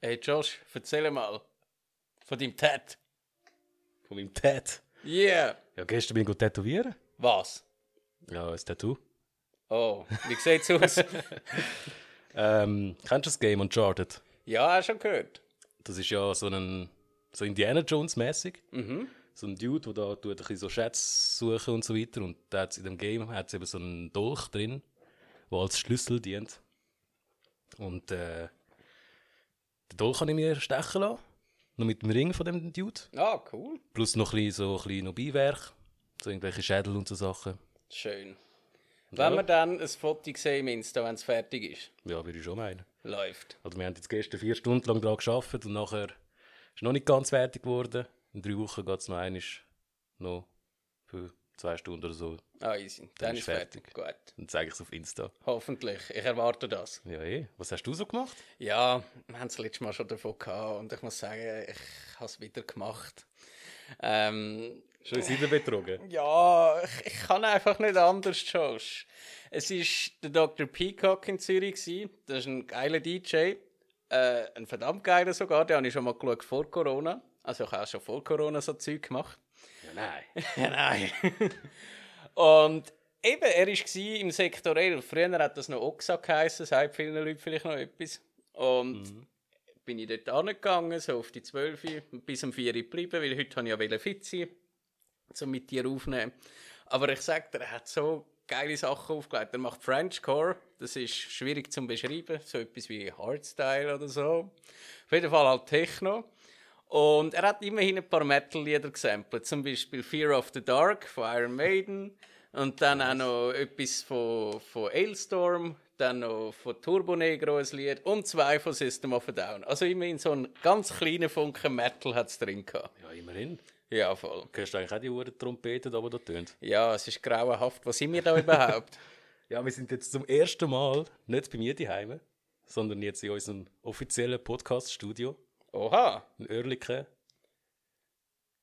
Hey Josh, erzähl mal von deinem Tat. Von meinem Tat. Yeah. Ja, gestern bin ich gut tätowieren. Was? Ja, ein Tattoo. Oh, wie sieht's aus? Ähm, kennst du das Game Uncharted? ja, hast du schon gehört. Das ist ja so ein so Indiana Jones mäßig. Mhm. So ein Dude, der da tut ein bisschen so Schätze suchen und so weiter. Und da hat's in dem Game hat's eben so einen Dolch drin, der als Schlüssel dient. Und äh, den Dolch kann ich mir stechen lassen. Noch mit dem Ring von dem Dude. Ah, cool. Plus noch ein bisschen, so ein bisschen noch Beiwerk. So irgendwelche Schädel und so Sachen. Schön. Wenn wir dann ein Foto sehen im Insta, wenn es fertig ist. Ja, würde ich schon meinen. Läuft. Also wir haben jetzt gestern vier Stunden lang daran gearbeitet und nachher ist noch nicht ganz fertig geworden. In drei Wochen geht es noch einmal noch für zwei Stunden oder so. Ah, easy. Dann, Dann ist ist fertig. Gut. Dann zeige ich es auf Insta. Hoffentlich. Ich erwarte das. Ja, eh. Was hast du so gemacht? Ja, wir haben es letztes Mal schon davon gehabt und ich muss sagen, ich habe es wieder gemacht. Ähm, Schon wieder betrogen. Ja, ich, ich kann einfach nicht anders, Josh. Es war der Dr. Peacock in Zürich. gsi. Das ist ein geiler DJ. Äh, ein verdammt geiler sogar. Den habe ich schon mal geschaut vor Corona. Also ich habe auch schon vor Corona so Zeug gemacht. Ja, nein. Ja, nein. Und eben, er war im Sektor 11. Früher hat das noch OXA geheißen, sagt vielen Leuten vielleicht noch etwas. Und bin ich dort angegangen, so auf die 12 Uhr, und bis um 4 Uhr geblieben, weil heute wollte ich ja fit sein, um mit dir aufzunehmen. Aber ich sag dir, er hat so geile Sachen aufgelegt. Er macht Frenchcore, das ist schwierig zu beschreiben, so etwas wie Hardstyle oder so. Auf jeden Fall halt Techno. Und er hat immerhin ein paar Metal-Lieder gesampelt. Zum Beispiel Fear of the Dark von Iron Maiden. Und dann auch noch etwas von, von Ailstorm. Dann noch von Turbo Negro ein Lied. Und zwei von System of a Down. Also immerhin so einen ganz kleinen Funken Metal hat es drin gehabt. Ja, immerhin. Ja, voll. Hörst du eigentlich auch die Uhren Trompeten, die da tönt? Ja, es ist grauenhaft. Was sind wir da überhaupt? Ja, wir sind jetzt zum ersten Mal nicht bei mir daheim, sondern jetzt in unserem offiziellen Podcast-Studio Oha. in Oerlikon.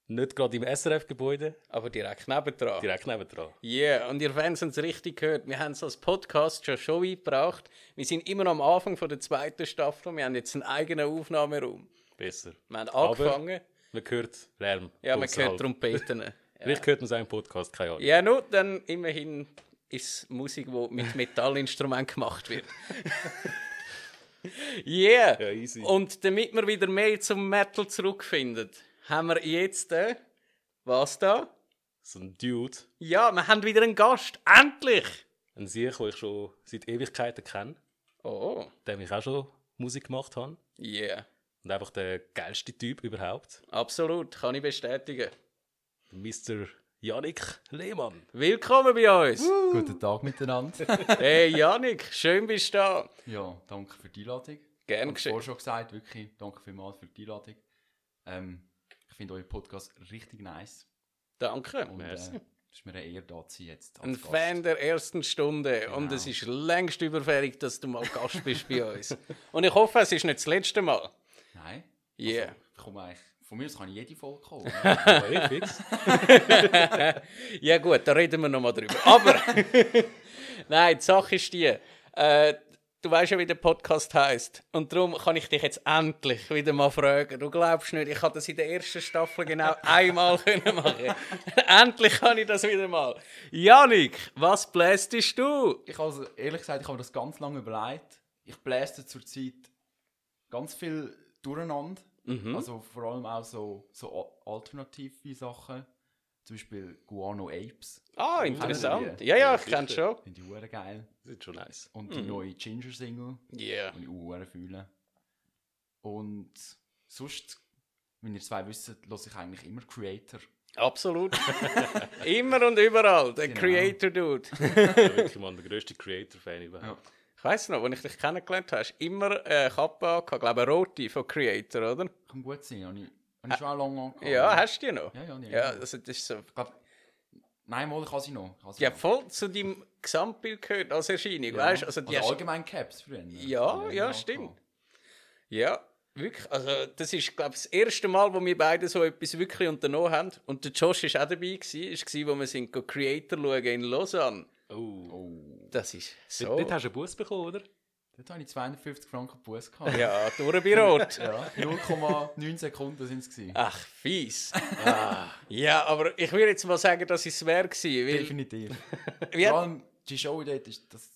Nicht gerade im SRF-Gebäude, Aber direkt nebendran. direkt nebendran. Ja, yeah, und ihr Fans haben es richtig gehört. Wir haben es als Podcast schon schon weit gebracht. Wir sind immer noch am Anfang von der zweiten Staffel. und Wir haben jetzt einen eigenen Aufnahmeraum. Besser. Wir haben Aber- angefangen. Man hört Lärm. ja, man ausserhalb. hört Trompeten. Vielleicht hört man es auch im Podcast, keine Ahnung. ja, nur dann immerhin ist es Musik, die mit Metallinstrumenten gemacht wird. yeah. Ja, easy. Und damit wir wieder mehr zum Metal zurückfinden, haben wir jetzt äh, was da? So ein Dude, Ja, wir haben wieder einen Gast. Endlich! ein Sieg, den ich schon seit Ewigkeiten kenne, Oh, dem ich auch schon Musik gemacht habe. yeah. Und einfach der geilste Typ überhaupt. Absolut, kann ich bestätigen. Mr. Yannick Lehmann. Willkommen bei uns. Guten Tag miteinander. Hey Janik, schön bist du da. ja, danke für die Einladung. Gern Und vorher geschehen. schon gesagt, wirklich, danke vielmals für die Einladung. Ähm, ich finde euren Podcast richtig nice. Danke. Und äh, es Merci. ist mir eine Ehre, da zu sein jetzt. als Ein Gast. Fan der ersten Stunde und Genau. es ist längst überfällig, dass du mal Gast bist bei uns. Und ich hoffe, es ist nicht das letzte Mal. Nein? Yeah. Also, ich komme eigentlich, von mir aus kann ich jede Folge kommen. Ja, eh, fix. Ja gut, da reden wir nochmal drüber. Aber nein, die Sache ist die. Äh, du weißt ja, wie der Podcast heißt und darum kann ich dich jetzt endlich wieder mal fragen. Du glaubst nicht, ich habe das in der ersten Staffel genau einmal können machen. endlich kann ich das wieder mal. Janik, was blästest du? ich also, ehrlich gesagt, ich habe mir das ganz lange überlegt. Ich bläste zurzeit ganz viel durcheinander. Mhm. Also vor allem auch so, so a- alternative Sachen. Zum Beispiel Guano Apes. Ah, interessant. Ja, ja, ich kenne schon. Finde ich hure geil. Das ist schon nice. Und Mhm. die neue Ginger-Single, Yeah. die ich auch fühle. Und sonst, wenn ihr zwei wisst, höre ich eigentlich immer Creator. Absolut. Immer und überall, der Genau. Creator Dude. Ja, wirklich, man, der grösste Creator-Fan überhaupt. Ich weiss noch, als ich dich kennengelernt habe, hast du immer äh, Kappe angehabt, glaube ich, eine rote von Creator, oder? Kann gut sein, habe ich, habe ich schon auch lange angehabt. Ja, hast du die noch? Oh, Ja, ja, die ja habe ich. also das ist so. Ich glaube, nein, mal, ich habe sie noch. Ich habe sie Die haben noch. voll zu deinem Gesamtbild gehört als Erscheinung, Ja. weißt du? Also die hast- allgemein Caps früher. Ja, ja, stimmt. ja, wirklich. Also das ist, glaube ich, das erste Mal, wo wir beide so etwas wirklich unternommen haben. Und der Josh war auch dabei, gewesen, ist gewesen, wo wir sind, go Creator schauen in Lausanne. Oh. Oh. Das ist so... Dort, dort hast du einen Bus bekommen, oder? Dort habe ich 250 Franken Buß gehabt. Ja, durch bei Rot. Ja, 0,9 Sekunden sind es gewesen. Ach, fies. Ah. Ja, aber ich würde jetzt mal sagen, dass es wäre gewesen. Weil, Definitiv. wie Vor hat, allem die Show dort ist, das,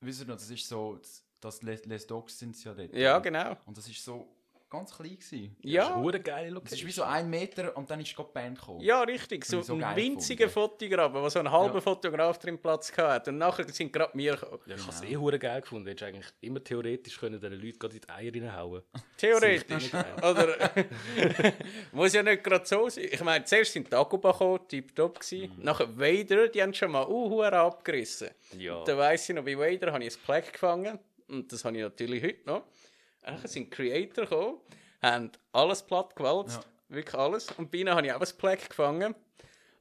wisst ihr noch, das ist so, das- das Les, Les Dogs sind ja dort. ja, genau. Und das ist so ganz klein gewesen. Ja, Hure geile Es ist Location. wie so ein Meter und dann ist gerade die Band gekommen. ja richtig. So, Finde ich so ein geil winziger Fotograf, der so einen halben Fotograf drin Platz hatte. Und nachher sind gerade wir gekommen. Ja, ich habe es eh hure geil gefunden. Hättest eigentlich immer theoretisch können den Leuten gerade in die Eier reinhauen. Theoretisch. Oder muss ja nicht gerade so sein. Ich meine, zuerst sind die Agoba gekommen, tipptopp gsi. Mhm. Nachher Vader, die haben schon mal uhuere abgerissen. Ja. Da weiss ich noch, bei Vader habe ich ein Plague gefangen. Und das habe ich natürlich heute noch. Dann sind die Creator gekommen, haben alles platt gewalzt. Wirklich alles. Und bei ihnen habe ich auch ein Plague gefangen.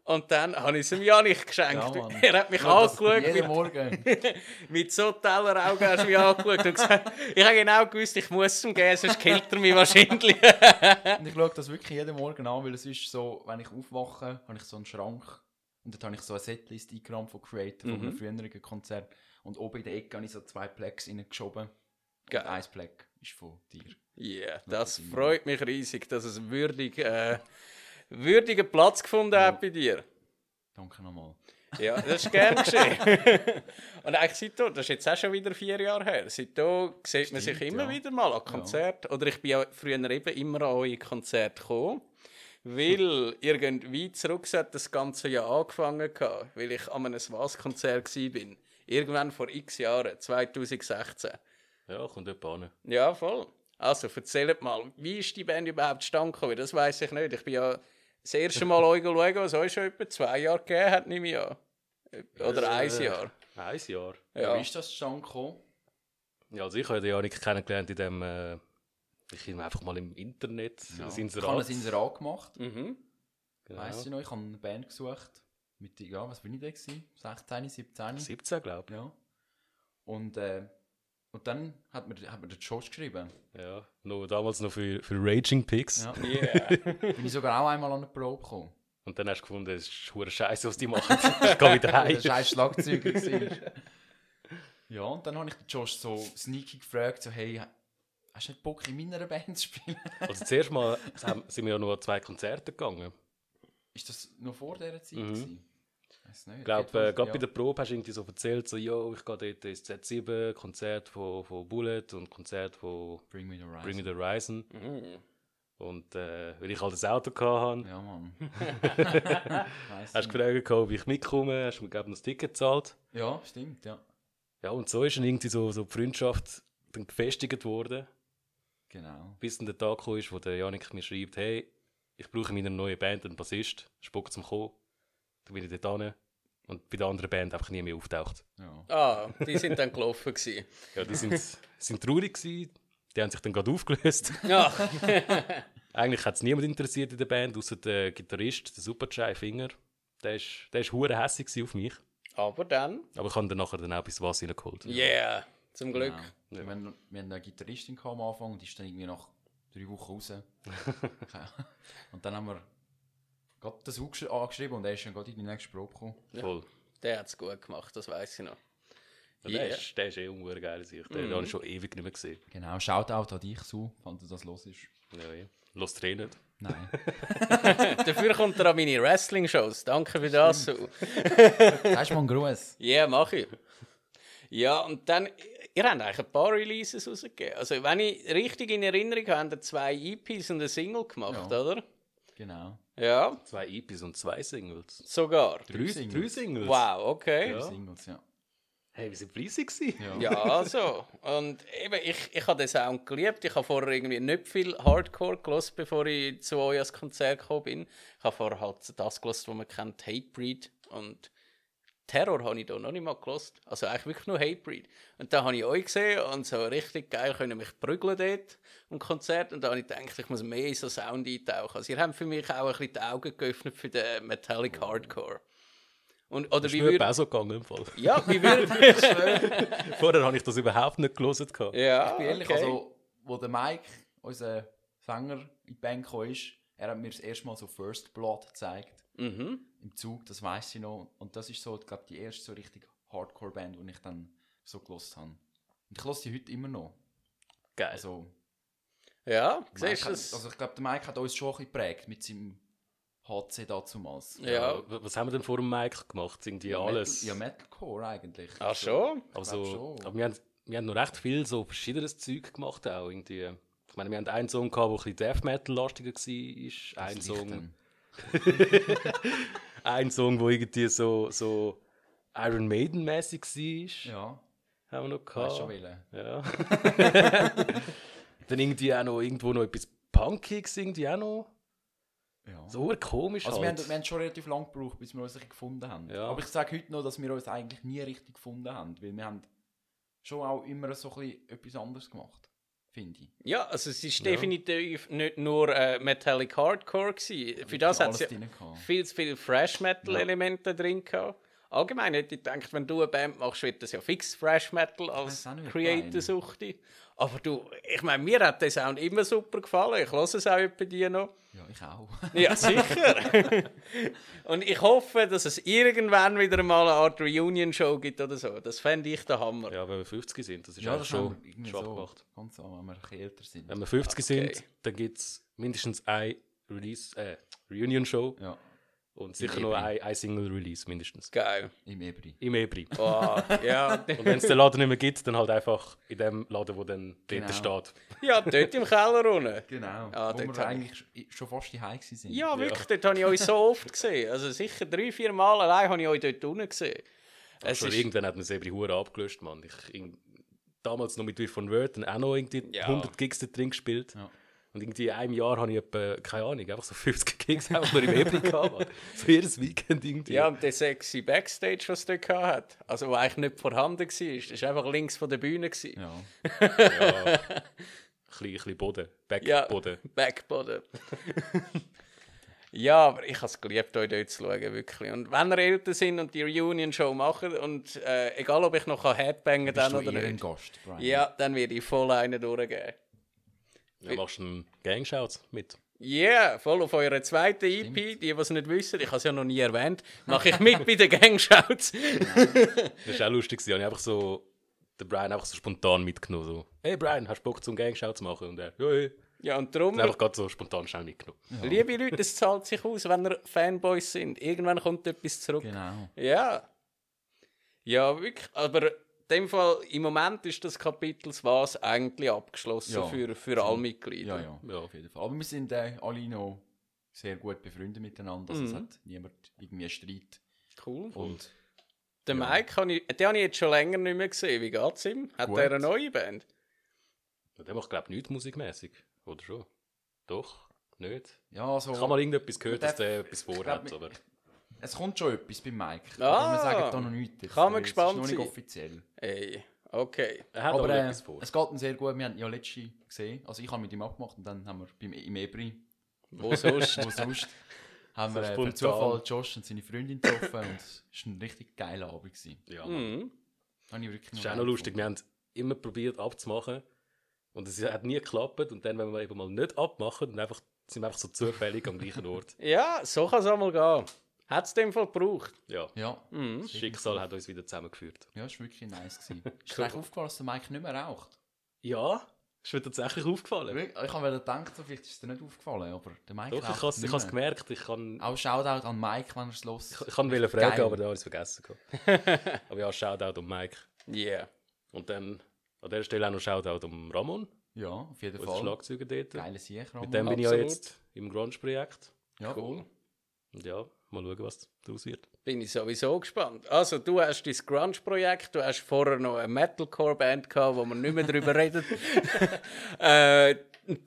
Und dann habe ich es ihm ja nicht Ja, geschenkt. Mann. er hat mich Ja, das- angeschaut mit Jeden Morgen. mit so Telleraugen hast du mich angeschaut und gesagt, ich habe genau gewusst, ich muss es ihm geben, sonst killt er mich wahrscheinlich. Und ich schaue das wirklich jeden Morgen an, weil es ist so, wenn ich aufwache, habe ich so einen Schrank und dort habe ich so eine Setlist eingerammt von Creator, von Mhm. einem früheren Konzert. Und oben in der Ecke habe ich so zwei Plaques reingeschoben. Geil. Und ein Plaque ist von dir. Ja, das freut mich riesig, dass es würdig, äh, würdigen Platz gefunden hat bei dir. Danke nochmal. Ja, das ist gern geschehen. und eigentlich seitdem, das ist jetzt auch schon wieder vier Jahre her, seitdem sieht man sich Stimmt, immer ja. wieder mal an Konzerten. Oder ich bin ja früher eben immer an eure Konzerte gekommen. Weil irgendwie zurück hat das Ganze ja angefangen, gehabt, weil ich an einem Was-Konzert war. Irgendwann vor x Jahren, 2016. Ja, kommt jemand an. Ja, voll. Also, erzählt mal, wie ist die Band überhaupt zustande gekommen? Das weiß ich nicht. Ich bin ja das erste Mal euch schauen, was euch schon etwa zwei Jahre gegeben hat, nehme ich an. Oder ein Äh, Jahr. Ein Jahr. Ja. Wie ist das zustande gekommen? Ja, also ich habe den Janik kennengelernt in dem... Äh, ich habe ihn einfach mal im Internet ja. das Ich habe Inserat. ein Inserat gemacht. Mhm. Genau. Weißt du noch, ich habe eine Band gesucht. Mit, ja, was bin ich da? Gewesen? 16, 17? 17, glaube Ja. Und, äh, und dann hat mir, hat mir der George geschrieben. ich. Ja. Noch, damals noch für, für Raging Pigs. Ja. Yeah. bin ich sogar auch einmal an eine Probe gekommen. Und dann hast du gefunden, es ist hure scheiße, was die machen. ich gehe wieder Weil der heim. scheiß Schlagzeuger war. ja, und dann habe ich den Josh so sneaky gefragt, so, hey, hast du nicht Bock, in meiner Band zu spielen? Also zuerst mal haben- sind wir ja nur an zwei Konzerte gegangen. Ist das noch vor dieser Zeit? Mhm. gewesen? Ich weiß nicht. Ich glaube, äh, gerade ja. bei der Probe hast du irgendwie so erzählt, so, yo, ich gehe dort ins Z7, Konzert von, von Bullet und Konzert von Bring Me The Rise. Bring Me The Horizon. Mhm. Und äh, weil ich halt das Auto hatte, ja, Mann. hast Weiss du nicht. gefragt, ob ich mitkomme, hast du mir glaub, noch das Ticket gezahlt. Ja, stimmt, ja. Ja, und so ist dann irgendwie so, so die Freundschaft dann gefestigt worden, Genau. bis dann der Tag gekommen ist, wo der Janik mir schreibt, hey, ich brauche in meiner neuen Band einen Bassist, Spock zum Kommen. Dann bin ich dort hin und bei der anderen Band einfach nie mehr auftaucht. Ja. Ah, die sind dann gelaufen. Gewesen. Ja, die sind, sind traurig gewesen. Die haben sich dann gerade aufgelöst. Ach, Eigentlich hat es niemand interessiert in der Band, außer der Gitarrist, der Superchai Finger. Der ist, der ist hure hässig gewesen auf mich. aber dann, Aber ich habe dann nachher dann auch bis was reingeholt. yeah, zum Glück. Genau. Wir, haben, wir haben eine Gitarristin gehabt am Anfang und die ist dann irgendwie nach drei Wochen raus. Keine Ahnung. und dann haben wir gerade das Hugsch- angeschrieben und er ist dann gerade in die nächste Probe gekommen. Voll. Der hat es gut gemacht, das weiß ich noch. Ja, Yeah. Der, ist, der ist eh unhure geil an sich. Den habe ich schon ewig nicht mehr gesehen. Genau, Shoutout an dich, Sue, falls du das los ist. Ja, ja. Los trainen. Nein. Dafür kommt er an meine Wrestling-Shows. Danke für das. So. Sagst mal einen Gruß. Ja, yeah, mache ich. Ja, und dann, ihr habt eigentlich ein paar Releases rausgegeben. Also, wenn ich richtig in Erinnerung habe, habt ihr zwei EPs und eine Single gemacht, Ja. oder? Genau. Ja, Zwei EPs und zwei Singles. sogar. Drei, Singles. drei Singles? Wow, okay. Ja. Singles, ja. Hey, wir sind fleissig gewesen. Ja, also. Und eben, ich, ich habe den Sound geliebt. Ich habe vorher irgendwie nicht viel Hardcore gelost, bevor ich zu euch ans Konzert gekommen bin. Ich habe vorher halt das gelost, was man kennt, Hatebreed. Und Terror habe ich da noch nicht mal gelost. Also eigentlich wirklich nur Hatebreed. Und da habe ich euch gesehen und so richtig geil können mich prügeln dort am Konzert. Und da habe ich gedacht, ich muss mehr in so Sound eintauchen. Also ihr habt für mich auch ein bisschen die Augen geöffnet für den Metallic Hardcore. Und, oder Das wie ist mir würde... auch so gegangen im Fall. Ja, wie würde... Vorher habe ich das überhaupt nicht gelesen. gehabt. ja, Ich bin ehrlich, okay. also, wo der Mike, unser Sänger, in die Band gekommen ist, er hat mir das erste Mal so First Blood gezeigt. Mhm. Im Zug, das weiß ich noch. Und das ist so, glaube die erste so richtig Hardcore-Band, die ich dann so gelost habe. Und Ich höre die heute immer noch. Geil. Also, ja, Mike siehst du hat, das? also ich glaube, der Mike hat uns schon ein bisschen geprägt mit seinem HC dazumals. ja. Äh, W- Was haben wir denn vor dem Michael gemacht? Irgendwie alles. Metal, ja, Metalcore eigentlich. Ach schon? Also, aber, glaub so, schon. aber wir, haben, wir haben noch recht viel so verschiedenes Zeug gemacht auch. Irgendwie. Ich meine, wir haben einen Song gehabt, der ein bisschen Death Metal-lastiger war. Einen Das liegt Song, dann. einen Song, der irgendwie so, so Iron Maiden-mäßig Ah. war. Ja, Haben wir noch hast du schon gehabt. Ja. wollen. Dann irgendwie auch noch irgendwo noch etwas Punkiges irgendwie auch noch. Ja. So ur- komisch Also wir haben, halt. wir haben schon relativ lange gebraucht, bis wir uns richtig gefunden haben. Ja. Aber ich sage heute noch, dass wir uns eigentlich nie richtig gefunden haben, weil wir haben schon auch immer so ein bisschen etwas anderes gemacht, finde ich. Ja, also es ist definitiv nicht nur äh, Metallic Hardcore gewesen. Für das hat alles es ja drin gehabt. viel zu viele Fresh Metal Elemente drin gehabt. Allgemein hätte ich gedacht, wenn du eine Band machst, wird das ja fix Fresh Metal als weiss auch nicht, Creator nein. suchte. Aber du, ich meine, mir hat der Sound immer super gefallen. Ich lasse es auch bei dir noch. Ja, ich auch. Ja, sicher. Und ich hoffe, dass es irgendwann wieder mal eine Art Reunion-Show gibt oder so. Das fände ich der Hammer. Ja, wenn wir 50 sind, das ist ja, auch das schon haben wir irgendwie schon so gemacht. ganz am, wenn wir ein bisschen älter sind. Wenn wir 50 Okay. sind, dann gibt es mindestens eine Release, äh, Reunion-Show Ja, und sicher Ebri. noch ein, ein Single-Release mindestens. Geil. im Ebri. Im Ebri. Oh, ja. Und wenn es den Laden nicht mehr gibt, dann halt einfach in dem Laden, wo dann Genau. dort steht. ja, dort im Keller unten. Genau, Ah, wo dort wir hab ich- eigentlich sch- schon fast die Hause sind. Ja, wirklich, dort habe ich euch so oft gesehen. Also sicher drei, vier Mal allein habe ich euch dort unten gesehen. Es Schon ist, irgendwann hat man das Ebri Hure abgelöst, Mann. Ich, in, damals noch mit With von Word, dann auch noch irgendwie Ja. 100 Gigs da drin gespielt. Ja. Und irgendwie in einem Jahr habe ich etwa, keine Ahnung, einfach so 50 Gigs einfach nur im Ebri gehabt. Mann. So jedes Weekend irgendwie. ja, und der sexy Backstage, was es dort hat, also wo eigentlich nicht vorhanden war, das war einfach links von der Bühne. Ja. Ja. ja. Ein bisschen, ein bisschen Boden, Backboden. Backboden. ja, aber ich habe es geliebt, euch dort zu schauen, wirklich. Und wenn ihr Eltern sind und die Reunion-Show machen, und äh, egal ob ich noch Headbangen kann Bist du oder eher ein nicht, Gast, Brian? ja, dann werde ich voll einen durchgeben. Ja. Du machst einen Gangshout mit. Ja, yeah, voll auf eurer zweiten EP. Die, die es nicht wissen, ich habe es ja noch nie erwähnt, mache ich mit bei den Gangshouts. Das war auch lustig. gewesen. Ich habe einfach so den Brian einfach so spontan mitgenommen. So, hey Brian, hast du Bock zum Gangshout zu machen? Und er, ja, ja. ja, und darum, Und einfach gerade so spontan schnell mitgenommen. liebe Leute, es zahlt sich aus, wenn ihr Fanboys sind. Irgendwann kommt etwas zurück. Genau. Ja. Ja, wirklich. Aber in dem Fall, im Moment ist das Kapitel was eigentlich abgeschlossen Ja. für, für alle Mitglieder. Ja, ja, Ja. auf jeden Fall. Aber wir sind äh, alle noch sehr gut befreundet miteinander. Also es hat niemand irgendwie Streit. Cool. Und Den Mike, habe ich, den habe ich jetzt schon länger nicht mehr gesehen. Wie geht's ihm? Hat Gut. er eine neue Band? Ja, Der macht, glaube ich, nichts musikmäßig. Oder schon? Doch? Nicht? ja, so, Ich habe mal irgendetwas gehört, dass Der- der etwas vorhat. ich glaub, aber es kommt schon etwas bei Mike. Ah. aber wir sagen da noch nichts. jetzt, Kann man weil es gespannt ist noch nicht sein. offiziell. Ey, okay. er hat aber aber äh, etwas es vor. geht ihm sehr gut. Wir haben ihn ja letztes Jahr gesehen. Also ich habe mit ihm abgemacht und dann haben wir beim, im Ebri, Wo sonst? wo sonst, haben So wir äh, spontan. per Zufall Josh und seine Freundin getroffen. und es war ein richtig geiler Abend. Gewesen. Ja, Mann. mhm. Habe ich wirklich Das ist noch auch noch geil lustig. Wir haben immer probiert abzumachen und es hat nie geklappt. Und dann, wenn wir eben mal nicht abmachen, dann einfach, sind wir einfach so zufällig am gleichen Ort. Ja, so kann es einmal gehen. Hat es dem Fall gebraucht. Ja, gefunden. Ja. Mhm. das Schicksal hat uns wieder zusammengeführt. Ja, es war wirklich nice. Gewesen. Ist dir eigentlich aufgefallen, dass der Mike nicht mehr raucht? Ja, ist mir tatsächlich aufgefallen. Ich habe mir gedacht, so, vielleicht ist es dir nicht aufgefallen, aber der Mike Doch, ich raucht habe es nicht mehr. gemerkt. Ich kann, Auch Shoutout an Mike, wenn er es los. ich kann wollte fragen, Ah, Geil. aber da habe ich es vergessen. gehabt. aber ja, Shoutout um Mike. Yeah. Und dann an dieser Stelle auch noch Shoutout um Ramon, Ja, auf jeden unser Fall. Schlagzeuger dort. Geile Sieg, Mit dem bin ich ja Absolut. jetzt im Grunge-Projekt. Ja, Cool. Und ja, mal schauen, was daraus wird. Bin ich sowieso gespannt. Also, du hast dein Grunge-Projekt, du hast vorher noch eine Metalcore-Band gehabt, wo wir nicht mehr drüber reden. äh,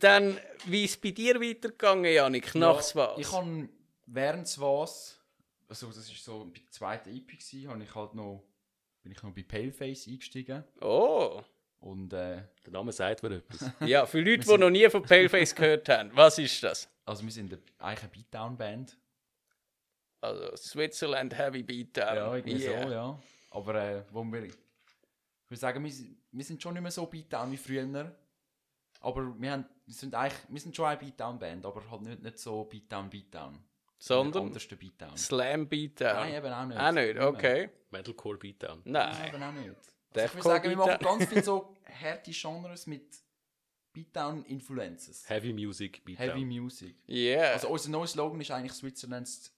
dann, wie ist es bei dir weitergegangen, Janik? Nachts ja, was? Ich habe während was, also das war so bei der zweiten EP, gewesen, habe ich halt noch, bin ich noch bei Paleface eingestiegen. Oh. Und äh, Der Name sagt mir etwas. Ja, für Leute, die noch nie von Paleface gehört haben, was ist das? also wir sind eigentlich eine Beatdown-Band. Also, Switzerland Heavy Beatdown. Ja, irgendwie Yeah. so, ja. Aber äh, wo wir, ich würde sagen, wir, sind- wir sind schon nicht mehr so Beatdown wie früher. Aber wir, haben, wir sind eigentlich, wir sind schon eine Beatdown-Band, aber halt nicht, nicht so Beatdown, Beatdown. Sondern Anders der Beatdown. Slam Beatdown. Nein, eben auch nicht. Auch nicht, okay. Metalcore Beatdown. Nein. Nein, eben auch nicht. Also Ich würde sagen, wir machen ganz viel so harte Genres mit Beatdown-Influences. Heavy Music Beatdown. Heavy Music. Yeah. Also unser neues Slogan ist eigentlich Switzerland's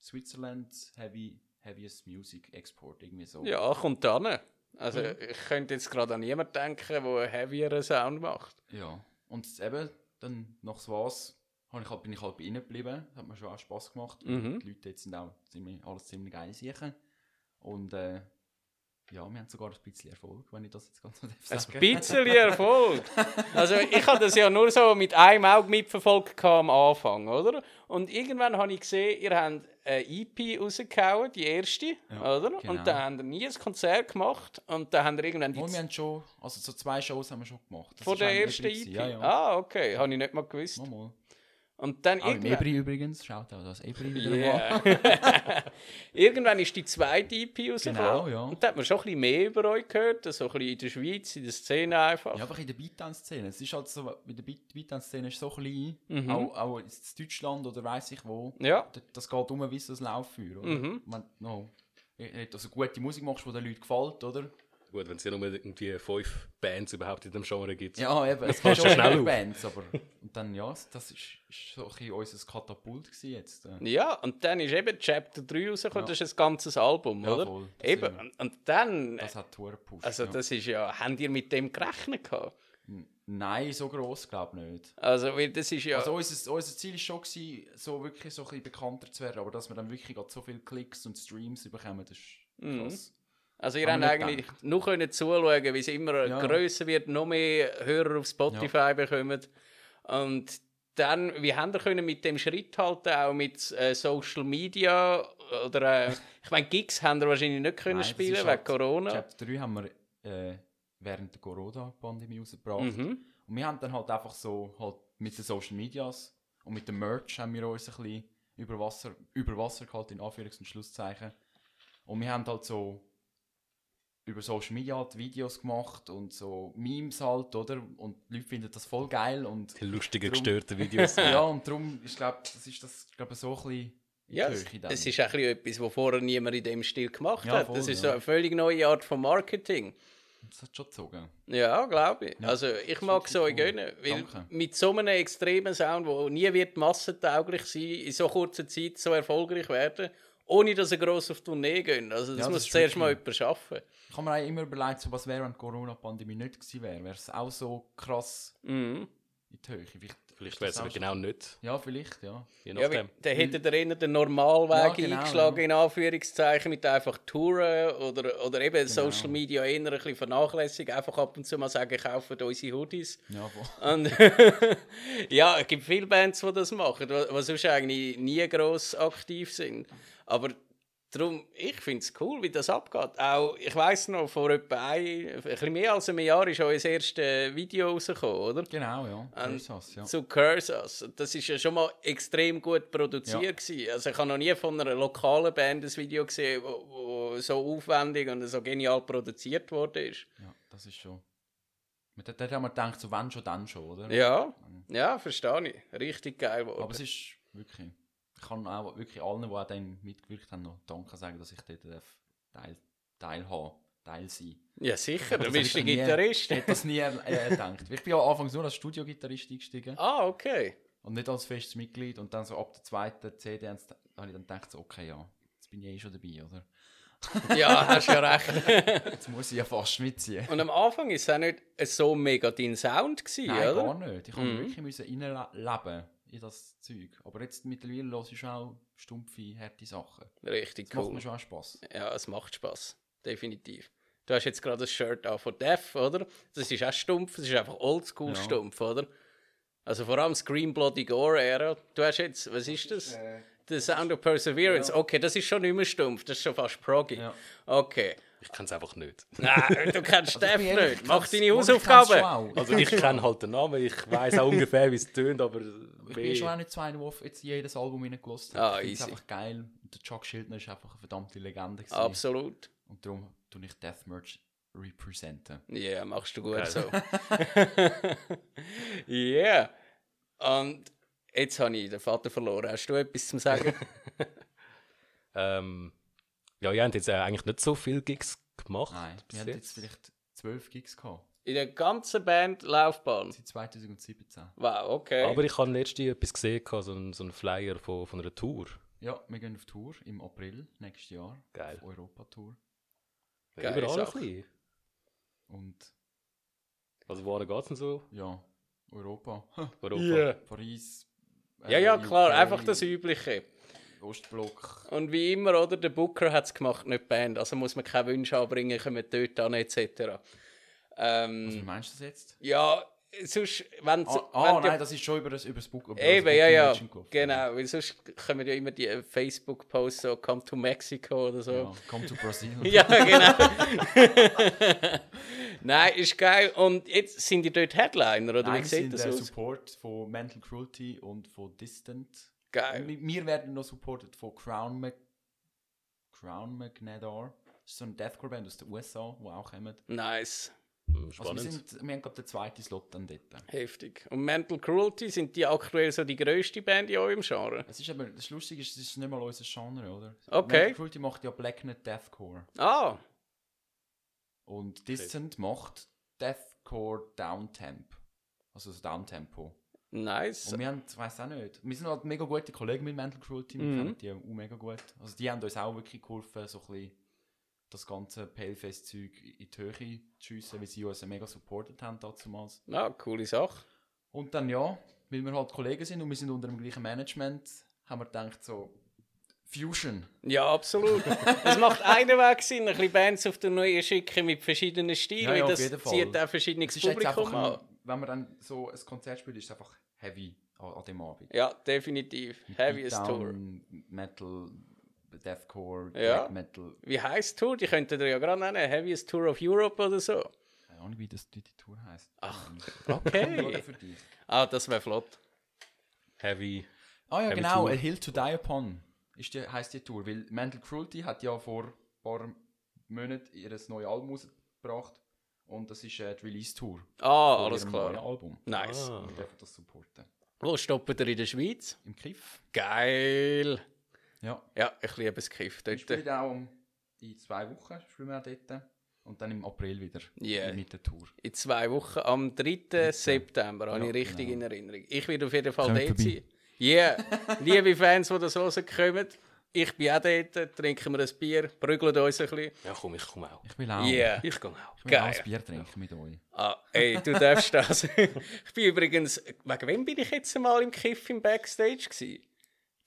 Switzerland's Heavy Heaviest Music Export, irgendwie so. ja, kommt dann. Also Mhm. ich könnte jetzt gerade an niemanden denken, der einen heavieren Sound macht. Ja. Und eben, dann nach so was hab ich halt, bin ich halt bei ihnen geblieben. Hat mir schon auch Spass gemacht. Und Mhm. Die Leute jetzt sind auch ziemlich, alles ziemlich geile Sachen. Und äh, ja, wir haben sogar ein bisschen Erfolg, wenn ich das jetzt ganz so darf sagen. Ein bisschen Erfolg. Also ich habe das ja nur so mit einem Auge mitverfolgt gehabt am Anfang, oder? Und irgendwann habe ich gesehen, ihr habt eine EP rausgehauen, die erste, Ja, oder? genau. Und dann habt ihr nie ein Konzert gemacht und dann habt ihr irgendwann die Obwohl, wir haben schon, also so zwei Shows haben wir schon gemacht. Das von ist der auch im ersten Ah. Ebri EP. gewesen. Ja, ja. Ah, okay, habe ich nicht mal gewusst. Mal, mal. Und dann Auch im irgendwann, Ebri übrigens, schaut auch das Ebri wieder mal. Yeah. irgendwann ist die zweite EP rausgekommen. Genau, ja. Und da hat man schon ein bisschen mehr über euch gehört, so ein bisschen in der Schweiz, in der Szene einfach. Ja, einfach in der Beatdown-Szene. Es ist halt so, mit der Beat- Beatdown-Szene ist so klein, auch, auch in Deutschland oder weiß ich wo. Mhm. Ja. Mhm. D- Das geht um wie so ein Lauffeuer, oder? Wenn, no. wenn du also gute Musik machst, die den Leuten gefällt, oder? Gut, wenn es ja nur irgendwie fünf Bands überhaupt in dem Genre gibt. Ja, eben. Es gibt schon schnell viele auf. Bands, aber... Und dann, ja, das ist, ist so ein bisschen unser Katapult gewesen jetzt. äh. Ja, und dann ist eben Chapter 3 rausgekommen, Ja. das ist ein ganzes Album, Ja, oder? voll. Das Eben, ist- und, und dann, Das hat Touren gepusht. also ja. das ist ja, habt ihr mit dem gerechnet gehabt? Nein, so gross glaube ich nicht. Also, weil das ist ja, Also unser, unser Ziel war schon, gewesen, so wirklich so ein bisschen bekannter zu werden, aber dass wir dann wirklich gerade so viele Klicks und Streams bekommen, das ist Mhm. krass. also ihr haben habt wir eigentlich gedacht. nur können zuschauen, wie es immer Ja. grösser wird, noch mehr Hörer auf Spotify bekommen. Und dann, wie habt ihr können mit dem Schritt halten, auch mit äh, Social Media oder, äh, ich meine, Gigs habt ihr wahrscheinlich nicht können Nein, das spielen ist wegen halt- Corona. Chapter 3 haben wir äh, während der Corona-Pandemie rausgebracht. Mhm. Und wir haben dann halt einfach so, halt mit den Social Medias und mit dem Merch haben wir uns ein bisschen über Wasser, über Wasser gehalten, in Anführungs- und Schlusszeichen. Und wir haben halt so über Social Media halt Videos gemacht und so Memes halt, oder? Und die Leute finden das voll geil und... Die lustigen, Drum- gestörten Videos. ja, und darum, ich glaube, das ist das, glaub, ich, so ein bisschen in die Ja, Höhe es, dann. es ist auch ein bisschen etwas, was vorher niemand in dem Stil gemacht Ja, hat. voll, das ist ja. so eine völlig neue Art von Marketing. Das hat schon gezogen. Ja, glaube ich. Ja, also ich ist mag so wirklich cool. gönnen, weil Danke. mit so einem extremen Sound, der nie wird massentauglich sein, in so kurzer Zeit so erfolgreich werden, ohne dass er gross auf die Tournee gehen. Also das Ja, das muss ist zuerst wirklich- mal jemand schaffen. Ich habe mir auch immer überlegt, so, was wäre, wenn die Corona-Pandemie nicht gewesen wäre. Wäre es auch so krass Mhm. in die Höhe? Vielleicht, Vielleicht ist wäre das es auch aber so- genau nicht. Ja, vielleicht, ja. Je Ja, weil nachdem. dann hätte der eher den Normalweg Mhm. Ja, genau, eingeschlagen, ja. in Anführungszeichen, mit einfach Touren oder, oder eben Genau. Social Media eher ein bisschen vernachlässigen. Einfach ab und zu mal sagen, kaufen unsere Hoodies. ja wo- Und ja, es gibt viele Bands, die das machen, die die sonst eigentlich nie gross aktiv sind. Aber darum, ich finde es cool, wie das abgeht. Auch, ich weiss noch, vor etwa ein, ein bisschen mehr als einem Jahr ist unser erstes Video rausgekommen, oder? Genau, ja. Versus, ja. Zu Curse Us. Das ist ja schon mal extrem gut Ja. produziert. gewesen. Also ich habe noch nie von einer lokalen Band ein Video gesehen, wo, wo so aufwendig und so genial produziert worden ist. ja, das ist schon. Mit der, der haben wir gedacht, so wenn schon, dann schon, oder? Ja, ja, verstehe ich. Richtig geil geworden. Aber es ist wirklich. Ich kann auch wirklich allen, die auch dann mitgewirkt haben, noch Danke sagen, dass ich dort darf teil, teilhaben Teil sein. Ja, sicher, du Das bist der hab ich Also nie- Gitarrist. Ich hätte das nie äh, gedacht. Ich bin ja anfangs nur als Studiogitarrist eingestiegen ah, okay. und nicht als festes Mitglied. Und dann so ab der zweiten CD habe ich dann gedacht, so, okay, ja, jetzt bin ich eh schon dabei, oder? Ja, hast ja recht. Jetzt muss ich ja fast mitziehen. Und am Anfang war es auch nicht so mega dein Sound, gewesen, Nein, oder? gar nicht. Ich Mhm. musste wirklich müssen reinleben in das Zeug. Aber jetzt mittlerweile höre ich schon auch stumpfe, harte Sachen. Richtig Das macht cool. mir schon auch Spass. Ja, es macht Spaß. Definitiv. Du hast jetzt gerade das Shirt an von Def, oder? Das ist auch stumpf, das ist einfach oldschool Ja. stumpf, oder? Also vor allem das Green Bloody Gore Era. Du hast jetzt, was ist das? äh, The Sound of Perseverance. Okay, das ist schon nicht mehr stumpf, das ist schon fast proggy. Ja. Okay. Ich kann es einfach nicht. Nein, du kennst Def Also bin ehrlich, nicht. Mach das- deine Mal, ich kenn's schon Hausaufgaben. auch. Also ich kenne halt den Namen, ich weiß auch ungefähr, wie es tönt, aber Ich bin schon auch nicht so einer, der jetzt jedes Album reingelassen hat. Ah, ich finde easy. einfach geil. Und der Chuck Schildner ist einfach eine verdammte Legende. Gewesen. Absolut. Und darum tue ich Death Merch representen. Ja, machst du gut Geil. so. Ja. Und jetzt habe ich den Vater verloren. Hast du etwas zu sagen? ähm, ja, ihr habt jetzt äh, eigentlich nicht so viele Gigs gemacht. Nein, bis wir hatten jetzt jetzt. vielleicht 12 Gigs gehabt. In der ganzen Band Laufbahn. Seit 2017. Wow, okay. Aber ich habe letztens etwas gesehen, gehabt, so einen, so einen Flyer von, von einer Tour. Ja, wir gehen auf Tour im April nächstes Jahr. Geil. Auf Europa-Tour. Geile Überall ein Sache. bisschen. Und Also woher geht es denn so? ja, Europa. Europa? Hm, Paris. äh, ja, ja, klar, UK, einfach das Übliche. Ostblock. Und wie immer, oder? Der Booker hat es gemacht, nicht die Band. Also muss man keine Wünsche anbringen, kommen dort an, etc. Was Ähm, Also, meinst du das jetzt? ja, sonst, wenn Ah, ah nein, das ist schon über das, über das Book. über das Eben, Booking ja, ja. Agent gelaufen. Genau, weil sonst kommen ja immer die äh, Facebook-Posts so, come to Mexico oder so. Ja, come to Brazil. Ja, genau. Nein, ist geil. Und jetzt sind die dort Headliner, oder Nein, wie wir sieht sind das der aus? Support von Mental Cruelty und von Distant. Geil. Wir- Wir werden noch supported von Crown Mag Crown Magnetar. Das ist so ein Deathcore-Band aus den USA, wo auch kommen. Nice. Hm, Also wir, Spannend. sind, wir haben gerade den zweiten Slot dann dort. Heftig. Und Mental Cruelty sind die aktuell so die grösste Band in eurem Genre. Es ist aber, das Lustige ist, es ist nicht mal unser Genre, oder? Okay. Mental Cruelty macht ja Blacknet Deathcore. Ah, Und Distant macht Deathcore Downtemp. Also so Downtempo. nice. Und wir haben, ich weiss auch nicht, wir sind halt mega gute Kollegen mit Mental Cruelty, wir Mhm. kennen die auch mega gut. Also die haben uns auch wirklich geholfen, so ein bisschen das ganze Paleface-Zeug in die Höhe zu schiessen, weil sie uns mega supportet haben damals. Ah, coole Sache. Und dann ja, weil wir halt Kollegen sind und wir sind unter dem gleichen Management, haben wir gedacht so, Fusion. Ja, absolut. es macht einen Weg Sinn, ein bisschen Bands auf der neuen schicken mit verschiedenen Stilen. Ja, weil ja, auf das jeden Fall. zieht auch verschiedenes Es ist jetzt einfach, Publikum an. ein, wenn man dann so ein Konzert spielt, ist es einfach heavy an, an dem Abend. Ja, definitiv. Heaviest Tour. Beatdown, Metal, Deathcore, Ja. Black Metal. Wie heisst Tour? Die könnten ihr ja gerade nennen. Heaviest Tour of Europe oder so. Keine Ahnung, wie das die die Tour heisst. Ach, Nur okay. für dich. ah, das wäre flott. Heavy. Ah ja, Heavy genau, Tour. A Hill to Die Upon ist die, heisst die Tour, weil Mental Cruelty hat ja vor ein paar Monaten ihr neues Album rausgebracht und das ist äh, die Release-Tour. Ah, von alles ihrem neuen klar. Album. Nice. Ah. Wir dürfen das supporten. Wo stoppt ihr in der Schweiz? Im Kiff. Geil. Ja. Ja, ich liebe das Kiff Wir dort. spielen auch um- in zwei Wochen spielen wir auch dort und dann im April wieder Yeah. mit der Tour. In zwei Wochen, am 3. September, habe Ja, ich richtig genau. in Erinnerung. Ich werde auf jeden Fall Kommt dort vorbei. sein. Yeah. Liebe Fans, die das rauskommen, ich bin auch dort, trinken wir ein Bier, prügeln uns ein bisschen. Ja komm, ich komme auch. Ich will auch, Yeah. Ich gehe auch. ich will auch geil. ein Bier trinken mit euch. Ah, ey, du darfst das. ich bin übrigens, wegen wem bin ich jetzt mal im Kiff im Backstage gsi?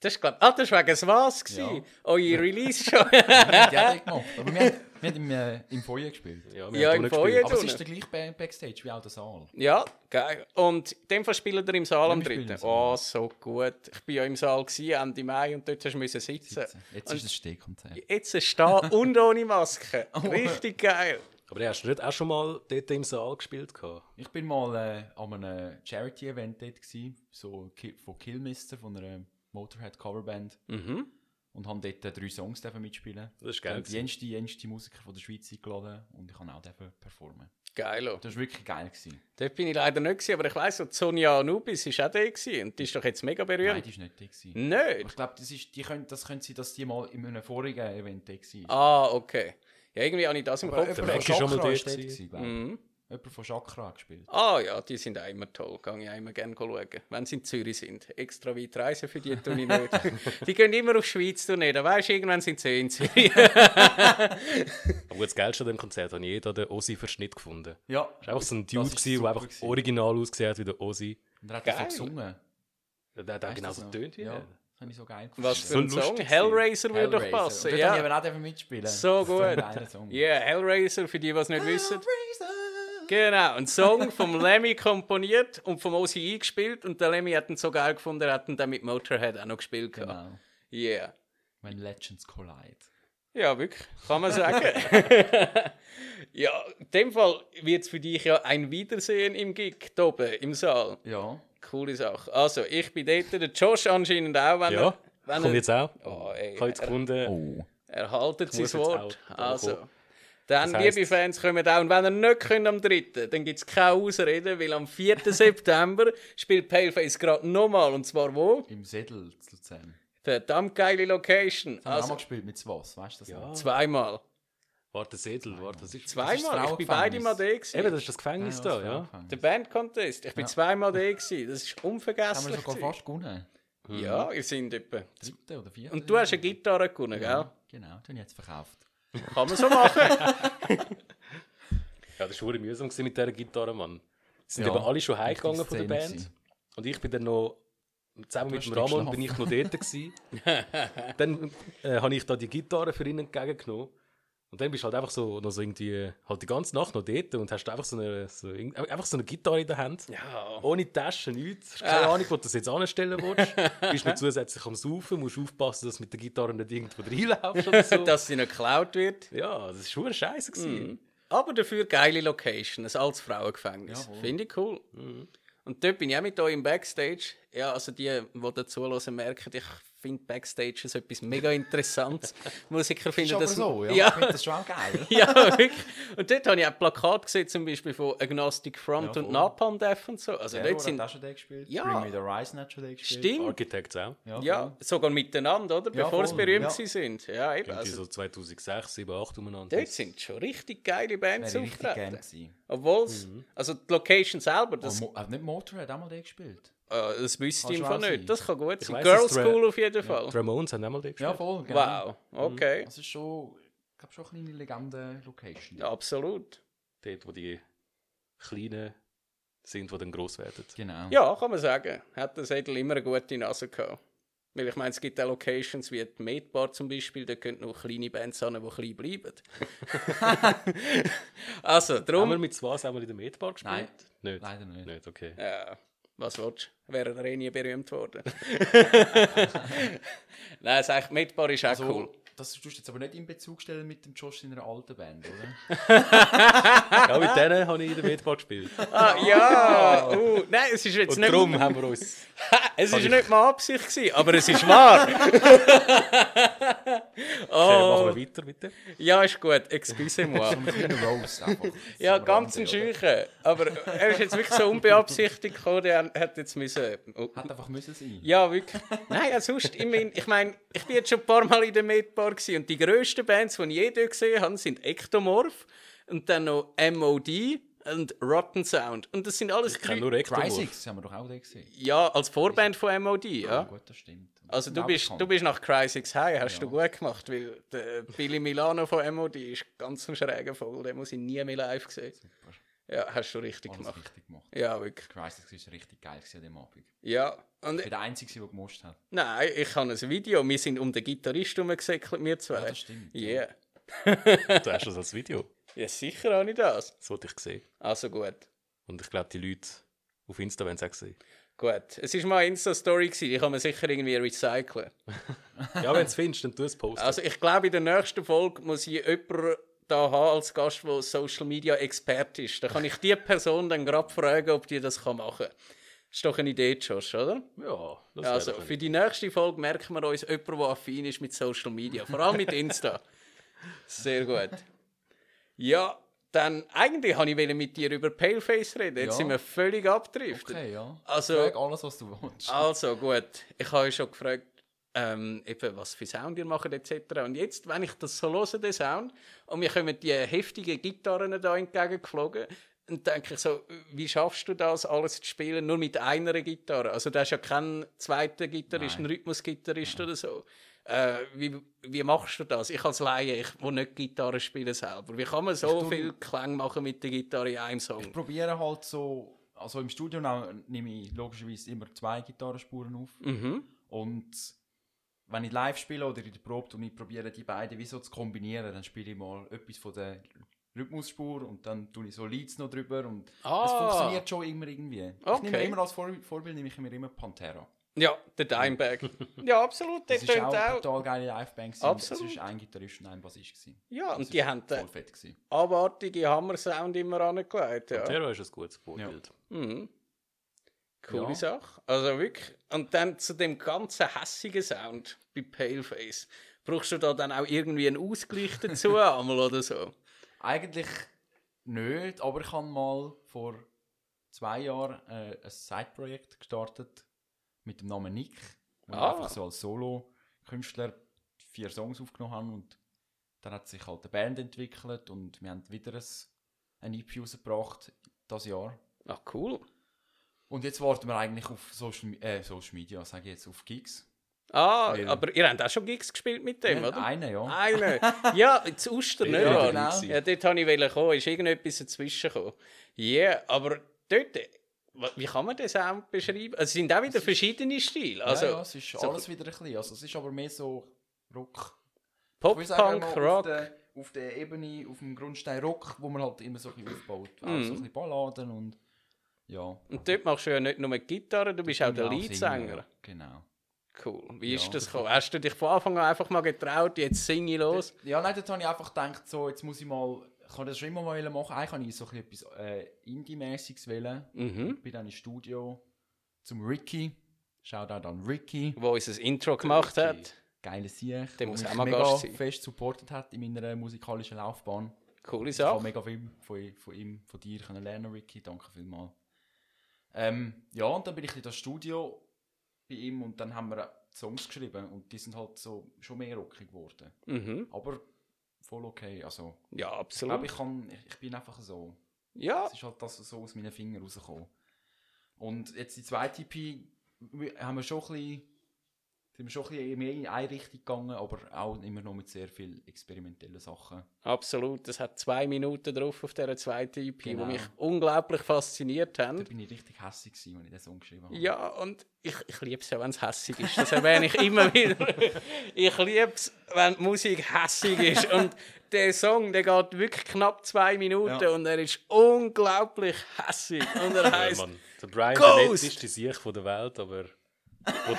Das ist glaub, ah, das war wegen Swas gsi. Ja. Eure Release schon. Wir haben die auch dort gemacht, aber wir haben, wir haben im, äh, im Foyer gespielt. Ja, Ja, haben im Tour gespielt. Foyer. Aber es ist Tunnel. der gleiche Ba- Backstage wie auch der Saal. ja, geil. Und in dem Fall spielen wir im Saal Ja, am wir spielen im 3. Saal. Oh, so gut. Ich bin ja im Saal gsi Ende Mai und dort hast du müssen sitzen. Jetzt Und- ist es Stehkonzert. Jetzt stehen und ohne Maske. Oh. Richtig geil. Aber hast du nicht auch schon mal dort im Saal gespielt? gehabt? Ich bin mal äh, an einem Charity-Event dort, gewesen, so Ki von Killmister, von einer Motorhead-Coverband. Und haben dort äh, drei Songs dürfen mitspielen. Mhm. Das ist geil Und die jenste, jenste Musiker von der Schweiz eingeladen und ich kann auch dürfen performen. Geil. Das war wirklich geil. Gewesen. Dort bin ich leider nicht, gsi, aber ich weiss, die Sonja Anubis war auch da gsi und die ist doch jetzt mega Nein, berühmt. die war nicht da. Gewesen. Nicht? Aber ich glaube, das, ist, die können, das können sie, dass die mal in einem vorigen Event da war. Ah, okay. Ja, irgendwie habe ich das im Kopf. jemand Weg von ist schon mal Chakra dort ist dort. gewesen. gewesen, glaub ich. Mhm. Jemand von Chakra hat gespielt. Ah ja, die sind auch immer toll. Gehe ich auch immer gerne schauen, wenn sie in Zürich sind. Extra weit reisen für die tue ich nicht. die gehen immer auf die Schweiz Tournee. Da weisst du, irgendwann sind sie in Zürich. Aber das Geilste an dem Konzert habe ich eh da den Ossi-Verschnitt gefunden. Ja. Es war einfach so ein Das Dude, ist gewesen, der super einfach gewesen. original ausgesehen hat wie der Ossi. Und er hat Geil. davon gesungen. Der hat auch Weißt du genau das so noch? tönt wie Ja, er. das habe ich so geil gefunden. Was für So ein Song? lustig Hellraiser würde doch Hellraiser. passen. Und dort habe ich Ja. eben auch dürfen So mitspielen. Das ist ein gut. geiler Song. Ja, Hellraiser, für die, die es nicht wissen. Hellraiser. Genau, ein Song vom Lemmy komponiert und vom Ozzy eingespielt. Und der Lemmy hat ihn so geil gefunden, er hat ihn dann mit Motorhead auch noch gespielt. Genau. Genau. Yeah. When Legends Collide. Ja, wirklich, kann man sagen. ja, in dem Fall wird es für dich ja ein Wiedersehen im Gig, da oben im Saal. Ja. Coole Sache. Also, ich bin dort, der Josh anscheinend auch, wenn Ja, er... Wenn kommt er jetzt auch. Oh, ey, ich habe jetzt er- gefunden, Oh. er haltet muss sein jetzt Wort. auch Also, kommen. dann, Das heisst- liebe Fans, kommen auch. Und wenn ihr nicht könnt am 3., dann gibt es keine Ausreden, weil am 4. September spielt Paleface gerade nochmal. Und zwar wo? Im Sedel zu Luzern. Verdammt geile Location. Das haben wir auch Also, mal gespielt mit was, weißt du das? Ja. noch? zweimal. Warte, Sedel, warte, das ist... Zweimal, ich bin Frauengefängnis. beide mal da. gewesen. Eben, das ist das Gefängnis da, ja. Der Band Contest, ich bin zweimal da. Gewesen. Das ist Haben wir unvergesslich. sogar fast gewonnen. gewesen. Ja, ihr sind etwa. Dritte oder vierte. Und du hast eine Gitarre gewonnen, gell? Genau, die habe ich jetzt verkauft. Kann man so machen. Ja, das war verdammt mühsam gewesen mit dieser Gitarre, Mann. Es sind Ja, eben alle schon heimgegangen richtig von der Szene Band. gewesen. Und ich bin dann noch, zusammen mit hast dem dich Ramon, bin ich noch dort gewesen. dann äh, habe ich da die Gitarre für ihn entgegengenommen. Und dann bist du halt einfach so, noch so irgendwie, halt die ganze Nacht noch dort und hast einfach so eine, so, irgend- einfach so eine Gitarre in der Hand. ja. Ohne Taschen, nichts. Hast keine Ahnung, wo du das jetzt anstellen willst. bist noch zusätzlich am Saufen, musst aufpassen, dass du mit der Gitarre nicht irgendwo reinlaufst oder Also- so. Dass sie nicht geklaut wird. ja, das war scheiße. gewesen. Aber dafür geile Location, ein altes Frauengefängnis. Finde ich cool. Mhm. Und dort bin ich auch mit euch im Backstage. Ja, also die, die dazu hören, merken, ich finde Backstage ist etwas mega interessantes. Musiker Ist finden aber das... so, ja. Ich ja. finde das schon auch geil. ja, wirklich. Und dort habe ich auch Plakate gesehen, zum Beispiel von Agnostic Front Ja, und voll. Napalm Death und so. Also Terror dort sind... hat auch schon den gespielt. Ja. Bring Me The Horizon hat schon den gespielt. Stimmt, Architects auch. ja, sogar miteinander, oder? Ja, Bevor sie voll, berühmt ja. sie sind. Ja, eben. Irgendwie Also, so 2006, 7, 8 umeinander. dort sind schon richtig geile Bands Wäre ich richtig gerne auftreten. gewesen. Obwohl also die Location selber, das, Das Mo also nicht Motorhead auch mal den gespielt. äh, das wüsste Kann ich im schon Fall auch nicht. sein. Das kann gut sein. weiss, Girls dass Dre- School auf jeden Fall. Die Ramones haben auch mal dort Ja, gespielt. voll, genau. Wow, okay. Das ist schon, ich glaube, schon eine kleine Legende-Location. Ja, absolut. Dort, wo die Kleinen sind, die dann gross werden. Genau. Ja, kann man sagen. Hat der Sedel immer eine gute Nase gehabt. Weil ich meine, es gibt auch Locations wie die Medbar zum Beispiel, da können noch kleine Bands an, die klein bleiben. also, Haben wir drum. mit Swas auch mal in der Medbar gespielt? Nein. Nicht? Leider nicht. Nicht, okay. Ja, Äh, was willst du? Wäre er eh nie berühmt worden. Nein, sag ich, Medbar ist auch Also, cool. Das tust du jetzt aber nicht in Bezug stellen mit dem Josh in einer alten Band, oder? Ja, mit denen habe ich in der Medbar gespielt. Ah, ja! Uh, nein, es ist jetzt Und nicht. darum haben wir uns... Ha, es war nicht mal Absicht, gewesen, aber es ist wahr. Okay, oh, machen wir weiter, bitte. ja, ist gut. Excuse moi. Ein kleiner Rose einfach. Ja, So am ganz Rande, ein oder? Scheuchen. Aber er ist jetzt wirklich so unbeabsichtigt gekommen, der hat jetzt müssen... Oh, Hat einfach müssen sein. Ja, wirklich. Nein, ja, sonst, ich meine, ich, mein, ich bin jetzt schon ein paar Mal in der Medbar gewesen und die grössten Bands, die ich je dort gesehen habe, sind Ectomorph und dann noch M.O.D. und Rotten Sound. Und das sind alles... Ich kenne drei- nur Rektor. Crysics haben wir doch auch den gesehen. Ja, als Vorband von M.O.D., ja. Ah, Gut, das stimmt. Also du Auch bist, bekannt. du bist nach Crysis High, hast du gut gemacht, weil der Billy Milano von MOD ist ganz ein schräger Vogel, den muss ich nie mehr live sehen. Ja, hast du richtig Alles gemacht. richtig gemacht. Ja, wirklich. Crysics war richtig geil gewesen an dem Abend. Ja, und Ich bin der Einzige, der gemoscht hat. nein, ich habe ein Video, wir sind um den Gitarristen herumgesäckelt, wir zwei. Ja, das stimmt. Äh, Yeah. Du hast das als Video. Ja, sicher habe ich das. Das wollte ich sehen. Also gut. Und ich glaube, die Leute auf Insta werden es auch sehen. Gut. Es war mal eine Insta-Story, gewesen, die kann man sicher irgendwie recyceln. Ja, wenn du es findest, dann tu es posten. Also ich glaube, in der nächsten Folge muss ich jemanden da haben als Gast, der Social Media Experte ist. Dann kann ich die Person dann gerade fragen, ob die das kann machen kann. Ist doch eine Idee, Josh, oder? ja, das wäre Also, doch für nicht. die nächste Folge merken wir uns jemanden, der affin ist mit Social Media. Vor allem mit Insta. Sehr gut. Ja, dann eigentlich wollte ich wollen mit dir über Paleface reden. Jetzt Ja. sind wir völlig abgedriftet. Okay, ja. Also- Frag alles, was du willst. Also gut, ich habe ja schon gefragt, ähm, eben, was für Sound ihr macht etc. Und jetzt, wenn ich das so höre, den Sound, und mir kommen die heftigen Gitarren da entgegengeflogen, dann denke ich so, wie schaffst du das, alles zu spielen, nur mit einer Gitarre? Also du hast ja keinen zweiten Gitarrist, einen Rhythmusgitarrist oder so. Äh, wie, wie machst du das? Ich als Laie, ich will nicht Gitarre spielen selber. Wie kann man so tu- viel Klang machen mit der Gitarre in einem Song? Ich probiere halt so, also im Studio nehm- nehme ich logischerweise immer zwei Gitarrenspuren auf. Mhm. Und wenn ich live spiele oder in der Probe und ich probiere die beiden wie so zu kombinieren, dann spiele ich mal etwas von der Rhythmusspur und dann tue ich so Leads noch drüber und es Ah. funktioniert schon immer irgendwie. Ich nehme Okay. immer als Vor Vorbild nehme ich mir immer Pantera. Ja, der Dimebag. ja, absolut, der Das ist tönt auch. auch eine total geile Liveband. gewesen. Absolut. Es war ein Gitarrist und ein Bassist. Gewesen. Ja, und Das die ist haben den Voll fett. Gewesen. abartigen Hammer-Sound immer angelegt. Ja. Terror ist ein gutes Vorbild. Coole Ja. Sache. Also wirklich. Und dann zu dem ganzen hässigen Sound bei Paleface. Brauchst du da dann auch irgendwie einen Ausgleich dazu einmal oder so? Eigentlich nicht, aber ich habe mal vor zwei Jahren äh, ein Side-Projekt gestartet mit dem Namen Nick, wo Ah. ich einfach so als Solo-Künstler vier Songs aufgenommen habe und Dann hat sich halt eine Band entwickelt und wir haben wieder ein, ein EP rausgebracht, das Jahr. Ach, cool. Und jetzt warten wir eigentlich auf Social, Me- äh, Social Media, sage ich jetzt, auf Gigs. Ah, Weil- aber ihr habt auch schon Gigs gespielt mit dem, Wir haben oder? Einen, ja. Einen. Ja, zu Uster, nicht Ja, wahr? genau. Ja, dort wollte ich wollen kommen. Ist irgendetwas dazwischen gekommen? Ja, yeah, aber dort, äh, wa- wie kann man den Sound beschreiben? Also, es sind auch wieder verschiedene Stile. Also, ja, ja, es ist so- alles wieder ein bisschen. Also, es ist aber mehr so Rock. Ich Pop, würde sagen, Punk, mal Auf Rock. der, auf der Ebene, auf dem Grundstein Rock, wo man halt immer so ein bisschen aufbaut. Mhm. Auch so ein bisschen Balladen und. Ja. Und dort machst du ja nicht nur die Gitarre, du bist auch der Genau, Leadsänger. singen, Genau. Cool. Wie Ja, ist das das gekommen? Hast du dich von Anfang an einfach mal getraut, jetzt singe ich los? Ja, nein, dort habe ich einfach gedacht, so, jetzt muss ich mal. Ich habe das schon immer mal machen. Eigentlich habe ich so ein bisschen etwas äh, Indie-mäßiges wählen. Mhm. Bin dann ins Studio zum Ricky. Shoutout an Ricky. Wo uns ein Intro gemacht hat. Geile Sieg. Der wo muss mich auch mal mega Gast sein. fest supportet hat in meiner musikalischen Laufbahn. Coole Ich habe Sache. mega viel von, von ihm, von dir können lernen, Ricky. Danke vielmals. Ähm, ja, und dann bin ich in das Studio bei ihm und dann haben wir Songs geschrieben und die sind halt so schon mehr rockig geworden. Mhm. Aber voll okay. Also, Ja, ich glaube, absolut. ich, kann, ich, ich bin einfach so. Ja, Es ist halt das so aus meinen Fingern rausgekommen. Und jetzt die zweite EP wir- haben wir schon ein bisschen, sind wir schon ein bisschen mehr in eine Richtung gegangen, aber auch immer noch mit sehr viel experimentellen Sachen. absolut. Das hat zwei Minuten drauf auf dieser zweiten EP, Genau. die mich unglaublich fasziniert Da haben. bin ich richtig hässlich gewesen, als ich den Song geschrieben habe. Ja, und ich, ich liebe es ja, wenn es hässig ist. Das erwähne ich immer wieder. Ich liebe es, wenn die Musik hässig ist. Und der Song, der geht wirklich knapp zwei Minuten Ja. und er ist unglaublich hässig. Und er Ja, heisst, Mann. Der Brian, der Ghost! netteste Sieg von der Welt, aber will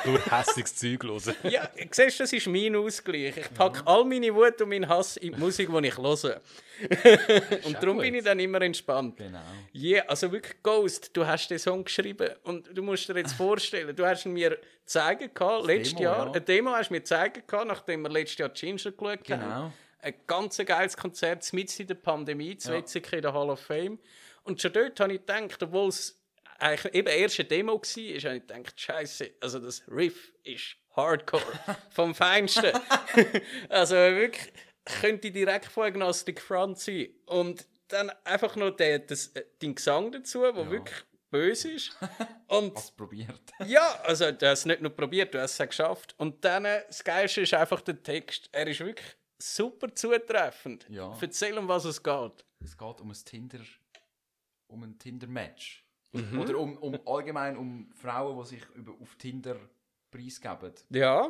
nur hässiges Zeug hören. ja, siehst du, das ist mein Ausgleich. Ich packe all meine Wut und meinen Hass in die Musik, die ich höre. und auch darum gut. bin ich dann immer entspannt. Genau. Ja, also wirklich Ghost, du hast den Song geschrieben und du musst dir jetzt vorstellen, du hast ihn mir zeigen gehabt, letztes Demo, Jahr, ja. eine Demo hast du mir zeigen gehabt, nachdem wir letztes Jahr Ginger geschaut haben. Genau. Ein ganz geiles Konzert, mitten in der Pandemie, zu Ja. Wetzikon in der Hall of Fame. Und schon dort habe ich gedacht, obwohl es eigentlich eben erste Demo war, habe ich gedacht, Scheiße, also das Riff ist Hardcore vom Feinsten. also wirklich, könnte direkt von Agnostic Front sein. Und dann einfach noch der, das, äh, dein Gesang dazu, der wirklich böse ist. Und Hast du probiert? ja, also du hast es nicht nur probiert, du hast es auch geschafft. Und dann, äh, das Geilste ist einfach der Text. Er ist wirklich super zutreffend. Ja. Erzähl, um was es geht. Es geht um ein Tinder, um ein Tinder-Match. Oder um, um allgemein um Frauen, die sich über, auf Tinder preisgeben. Ja,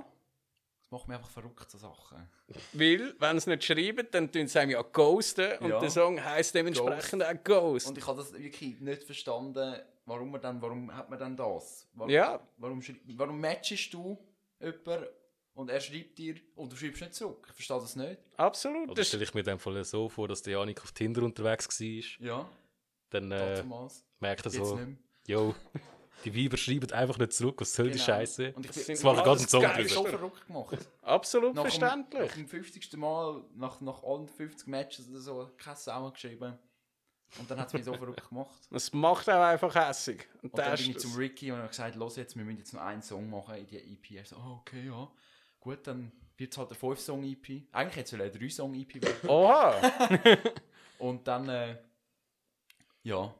Das macht mich einfach verrückt, so Sachen. weil, wenn sie nicht schreiben, dann tun sie einem ja ghosten. Und Ja. der Song heisst dementsprechend auch Ghost. Und ich habe das wirklich nicht verstanden, warum man dann, warum hat man denn das? Warum, Ja. Warum, schrei- warum matchest du jemanden und er schreibt dir und du schreibst nicht zurück? Ich verstehe das nicht. Absolut. Oder Das stelle ich mir dann voll so vor, dass der Janik auf Tinder unterwegs war, Ja, dann äh, also, damals. merkt er Jetzt so, nicht mehr. yo, die Weiber schreiben einfach nicht zurück, was soll die Genau. Scheiße? Und ich Das bin sind Das war ein ganzer alles Song geile ich bin drüber. schon Stimmt. verrückt gemacht. absolut Nach dem, verständlich. nach dem 50. Mal, nach, nach allen 50 Matches oder so, keine Sau geschrieben. Und dann hat es mich so verrückt gemacht. Das macht auch einfach hässig. Und, Und dann das bin ist ich zum das. Ricky und habe gesagt, los jetzt, wir müssen jetzt noch einen Song machen in die EP. Er so, ah, okay, ja. Gut, dann wird es halt eine 5-Song-EP. Eigentlich hätte es eine 3-Song-EP werden. Oha! Und dann, äh, ja,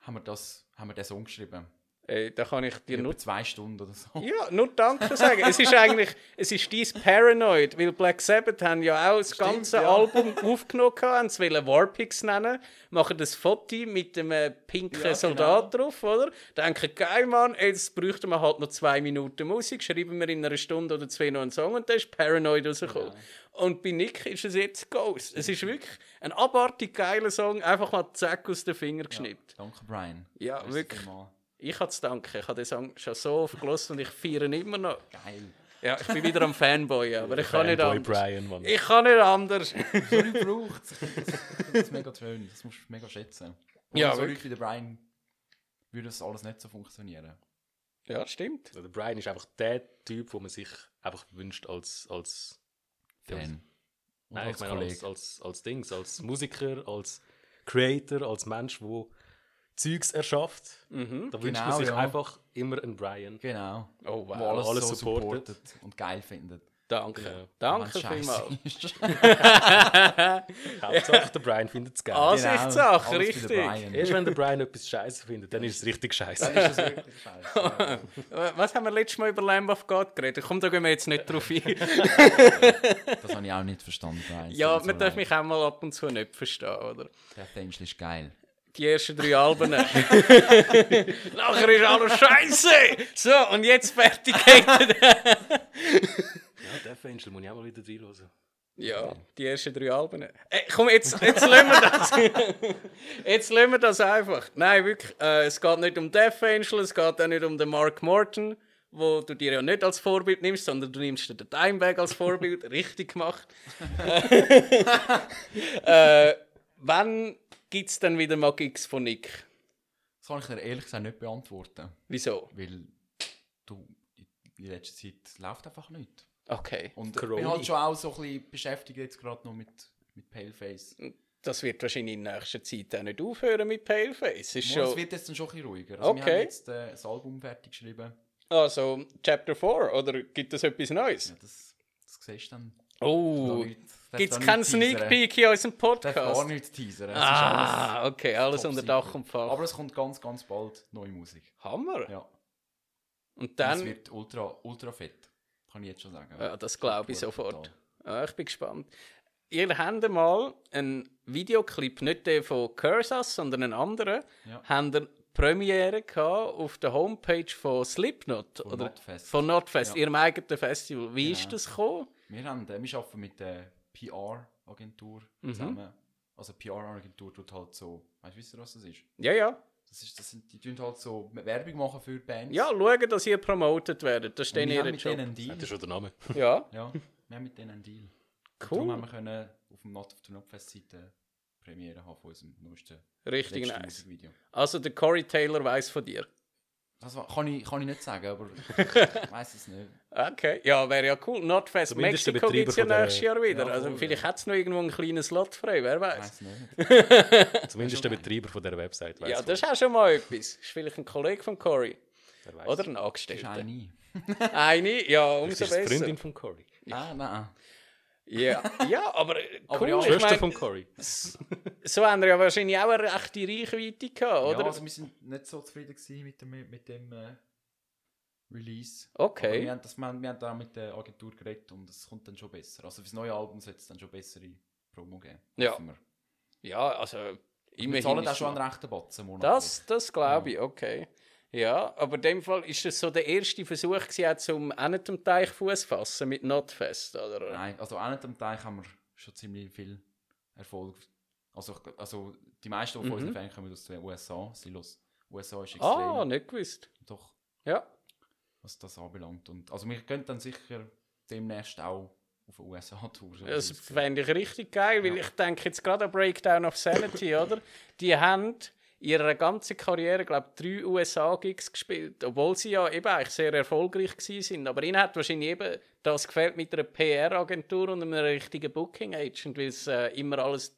haben wir, das, haben wir den Song geschrieben. Ey, da kann ich dir Über nur zwei Stunden oder so. Ja, nur Danke sagen. es ist eigentlich, es ist dein Paranoid, weil Black Sabbath haben ja auch das ganze ja. Album aufgenommen, gehabt, haben es wollen Warpix nennen, machen das Foto mit dem äh, pinken Ja, genau. Soldat drauf, oder? Denken, geil Mann, jetzt bräuchten wir halt noch zwei Minuten Musik, schreiben wir in einer Stunde oder zwei noch einen Song und dann ist Paranoid rausgekommen. Genau. Und bei Nick ist es jetzt Ghost. Es ist wirklich ein abartig geiler Song, einfach mal zack aus den Fingern geschnippt. Danke, Brian. Ja, Merci wirklich. vielmals. Ich habe zu danken, ich habe den Song schon so oft gelesen und ich feiere ihn immer noch. Geil. Ja, ich bin wieder am Fanboy, aber ich kann nicht Fanboy anders. Brian, Mann. Ich kann nicht anders. Sorry, braucht es. Ich finde das, ich finde das mega schön. Das musst du mega schätzen. Und Ja, so wirklich. Leute wie der Brian würde das alles nicht so funktionieren. ja, stimmt. Also, Der Brian ist einfach der Typ, den man sich einfach wünscht als, als, Fan. Und nein, ich als meine, Kollege. als, als, als Dings, als Musiker, als Creator, als Mensch, der Zeugs erschafft. Da wünscht man Genau, sich ja. einfach immer einen Brian. Genau. Oh, wow. Wo alles, alles so supportet. supportet. und geil findet. Danke. Ja. Danke Wenn's scheisse vielmals. ist. Genau. Hauptsache, der Brian findet es geil. Also- Ansichtssache, Alles bei richtig. der Brian. Erst wenn der Brian etwas scheiße findet, dann ist es richtig scheiße. Dann ist das wirklich scheiße. ja. Was haben wir letztes Mal über Lamb of God geredet? Komm, da gehen wir jetzt nicht drauf ein. Das habe ich auch nicht verstanden. Brian. Es ja, tut mir man so darf leid. mich auch mal ab und zu nicht verstehen, oder? Death Angel ist geil. Die ersten drei Alben. Nachher ist alles scheiße! So, und jetzt fertig. Ja, Death Angel muss ich auch mal wieder reinhören. ja, die ersten drei Alben. Äh, komm, jetzt, jetzt lassen wir das. jetzt lassen wir das einfach. Nein, wirklich. Äh, es geht nicht um Death Angel, es geht auch nicht um den Mark Morton, wo du dir ja nicht als Vorbild nimmst, sondern du nimmst dir den Dimebag als Vorbild. Richtig gemacht. äh, wann gibt es dann wieder mal Gigs von Nick? Das kann ich dir ehrlich gesagt nicht beantworten, Wieso? weil du in letzter Zeit läuft einfach nichts. Okay. Und ich Corona. bin halt schon auch so ein bisschen beschäftigt jetzt gerade noch mit, mit Paleface. Mo, Das wird wahrscheinlich in nächster Zeit auch nicht aufhören mit Paleface. Ist Es schon... wird jetzt dann schon ein bisschen ruhiger. Also Wir Okay. haben jetzt äh, das Album fertig geschrieben. Also, Chapter 4, oder gibt es etwas Neues? Ja, das, das siehst du dann. Oh, Da nicht- darf gibt es da keinen nicht Sneak teasern. Peek in unserem Darf gar Podcast? nicht teasern. Es ist Ah, okay, alles alles unter top Dach secret. und Fach. Aber es kommt ganz, ganz bald neue Musik. Hammer! Ja. Und es dann, wird ultra, ultra fett. Kann ich jetzt schon sagen. ja, das glaube ich Total. sofort. Ah, ich bin gespannt. Ihr habt mal einen Videoclip, nicht den von Curse Us, sondern einen anderen, Ja. haben ihr Premiere gehabt auf der Homepage von Slipknot Von oder Notfest. von Notfest, Ja. ihrem eigenen Festival. Wie ist Genau. das gekommen? Wir, haben, äh, wir arbeiten mit der PR-Agentur Mhm. zusammen. Also PR-Agentur tut halt so... Weißt du, wisst ihr, was das ist? Ja, ja. Das ist, das sind, die tun halt so Werbung machen für Bands. Ja, schauen, dass ihr promotet werdet. Das ist Und dann wir ihr haben mit Job. denen einen Das ist Deal. schon der Name. Ja, Ja, wir haben mit denen einen Deal. Und Darum cool. haben wir können auf dem Not auf der Notfest-Seite Premiere haben von unserem neuesten Richtig letzten nice. Musikvideo. Also der Corey Taylor weiß von dir. Das war- kann ich, kann ich nicht sagen, aber ich weiß es nicht. Okay, ja, wäre ja cool. Nordfest Zumindest der Mexiko gibt es ja Betreiber von der- nächstes Jahr wieder. Ja, also voll, vielleicht ja. hat es noch irgendwo einen kleinen Slot frei, wer Ich weiß. weiß nicht. Zumindest der Betreiber von dieser Website weiß. Ja, das ist auch schon mal etwas. Ist vielleicht ein Kollege von Corey. weiss. Oder ein Das ist Angestellter. Eine. eine. ja, das umso ist die besser. Freundin von Corey. Ah, nein. Ja, ja, aber äh, cool. Aber ja, ich Schwester mein, von Corey. so haben wir ja wahrscheinlich auch eine rechte Reichweite gehabt, Ja, oder? also wir sind nicht so zufrieden gewesen mit dem, mit dem äh, Release. Aber wir okay. haben, das, wir, haben, wir haben da mit der Agentur geredet und es kommt dann schon besser. Also fürs neue Album sollte es dann schon bessere Promo geben. Ja. hoffen Wir. Ja, also Wir immerhin. zahlen ist auch schon noch- einen rechten Batzen monatlich. Das, das glaube ich, okay. Ja, aber in dem Fall ist das so der erste Versuch, gewesen, um auch nicht am Teich Fuß zu fassen mit Notfest, oder? Nein, also auch nicht am Teich haben wir schon ziemlich viel Erfolg. Also, ich gl- also die meisten von Mhm. unseren Fans kommen aus den USA. Sie los. USA ist extrem. ah, nicht gewusst. Doch, Ja. was das anbelangt. Und, also wir können dann sicher demnächst auch auf eine USA-Tour. so Das wie es- fände ich richtig geil, weil Ja. ich denke jetzt gerade an Breakdown of Sanity, oder? Die haben in ihrer ganzen Karriere, glaube ich, drei USA-Gigs gespielt, obwohl sie ja eben eigentlich sehr erfolgreich gewesen sind. Aber ihnen hat wahrscheinlich eben das gefällt mit einer PR-Agentur und einem richtigen Booking-Agent, weil es äh, immer alles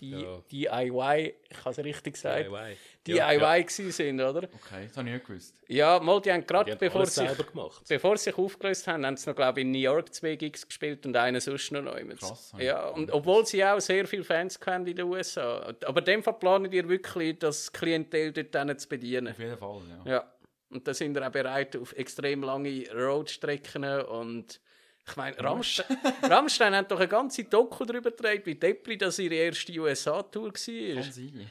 die, Ja. DIY, ich habe es richtig gesagt, DIY. DIY Ja, ja. gewesen sind, oder? Okay, das habe ich nicht gewusst. Ja, mal, die haben Die gerade, haben bevor alles sie selber gemacht. Bevor sie sich aufgelöst haben, haben sie noch, glaube ich, in New York zwei Gigs gespielt und einen sonst noch jemand. Krass, ja. Ja, und obwohl sie auch sehr viele Fans haben in den USA. Aber in dem Fall planen ihr wirklich, das Klientel dort dann zu bedienen. Auf jeden Fall, ja. Ja. Und da sind wir auch bereit auf extrem lange Roadstrecken und ich meine, Rammstein, Rammstein hat doch eine ganze Doku darüber gedreht, wie Deppli das ihre erste USA-Tour war. Kann sein.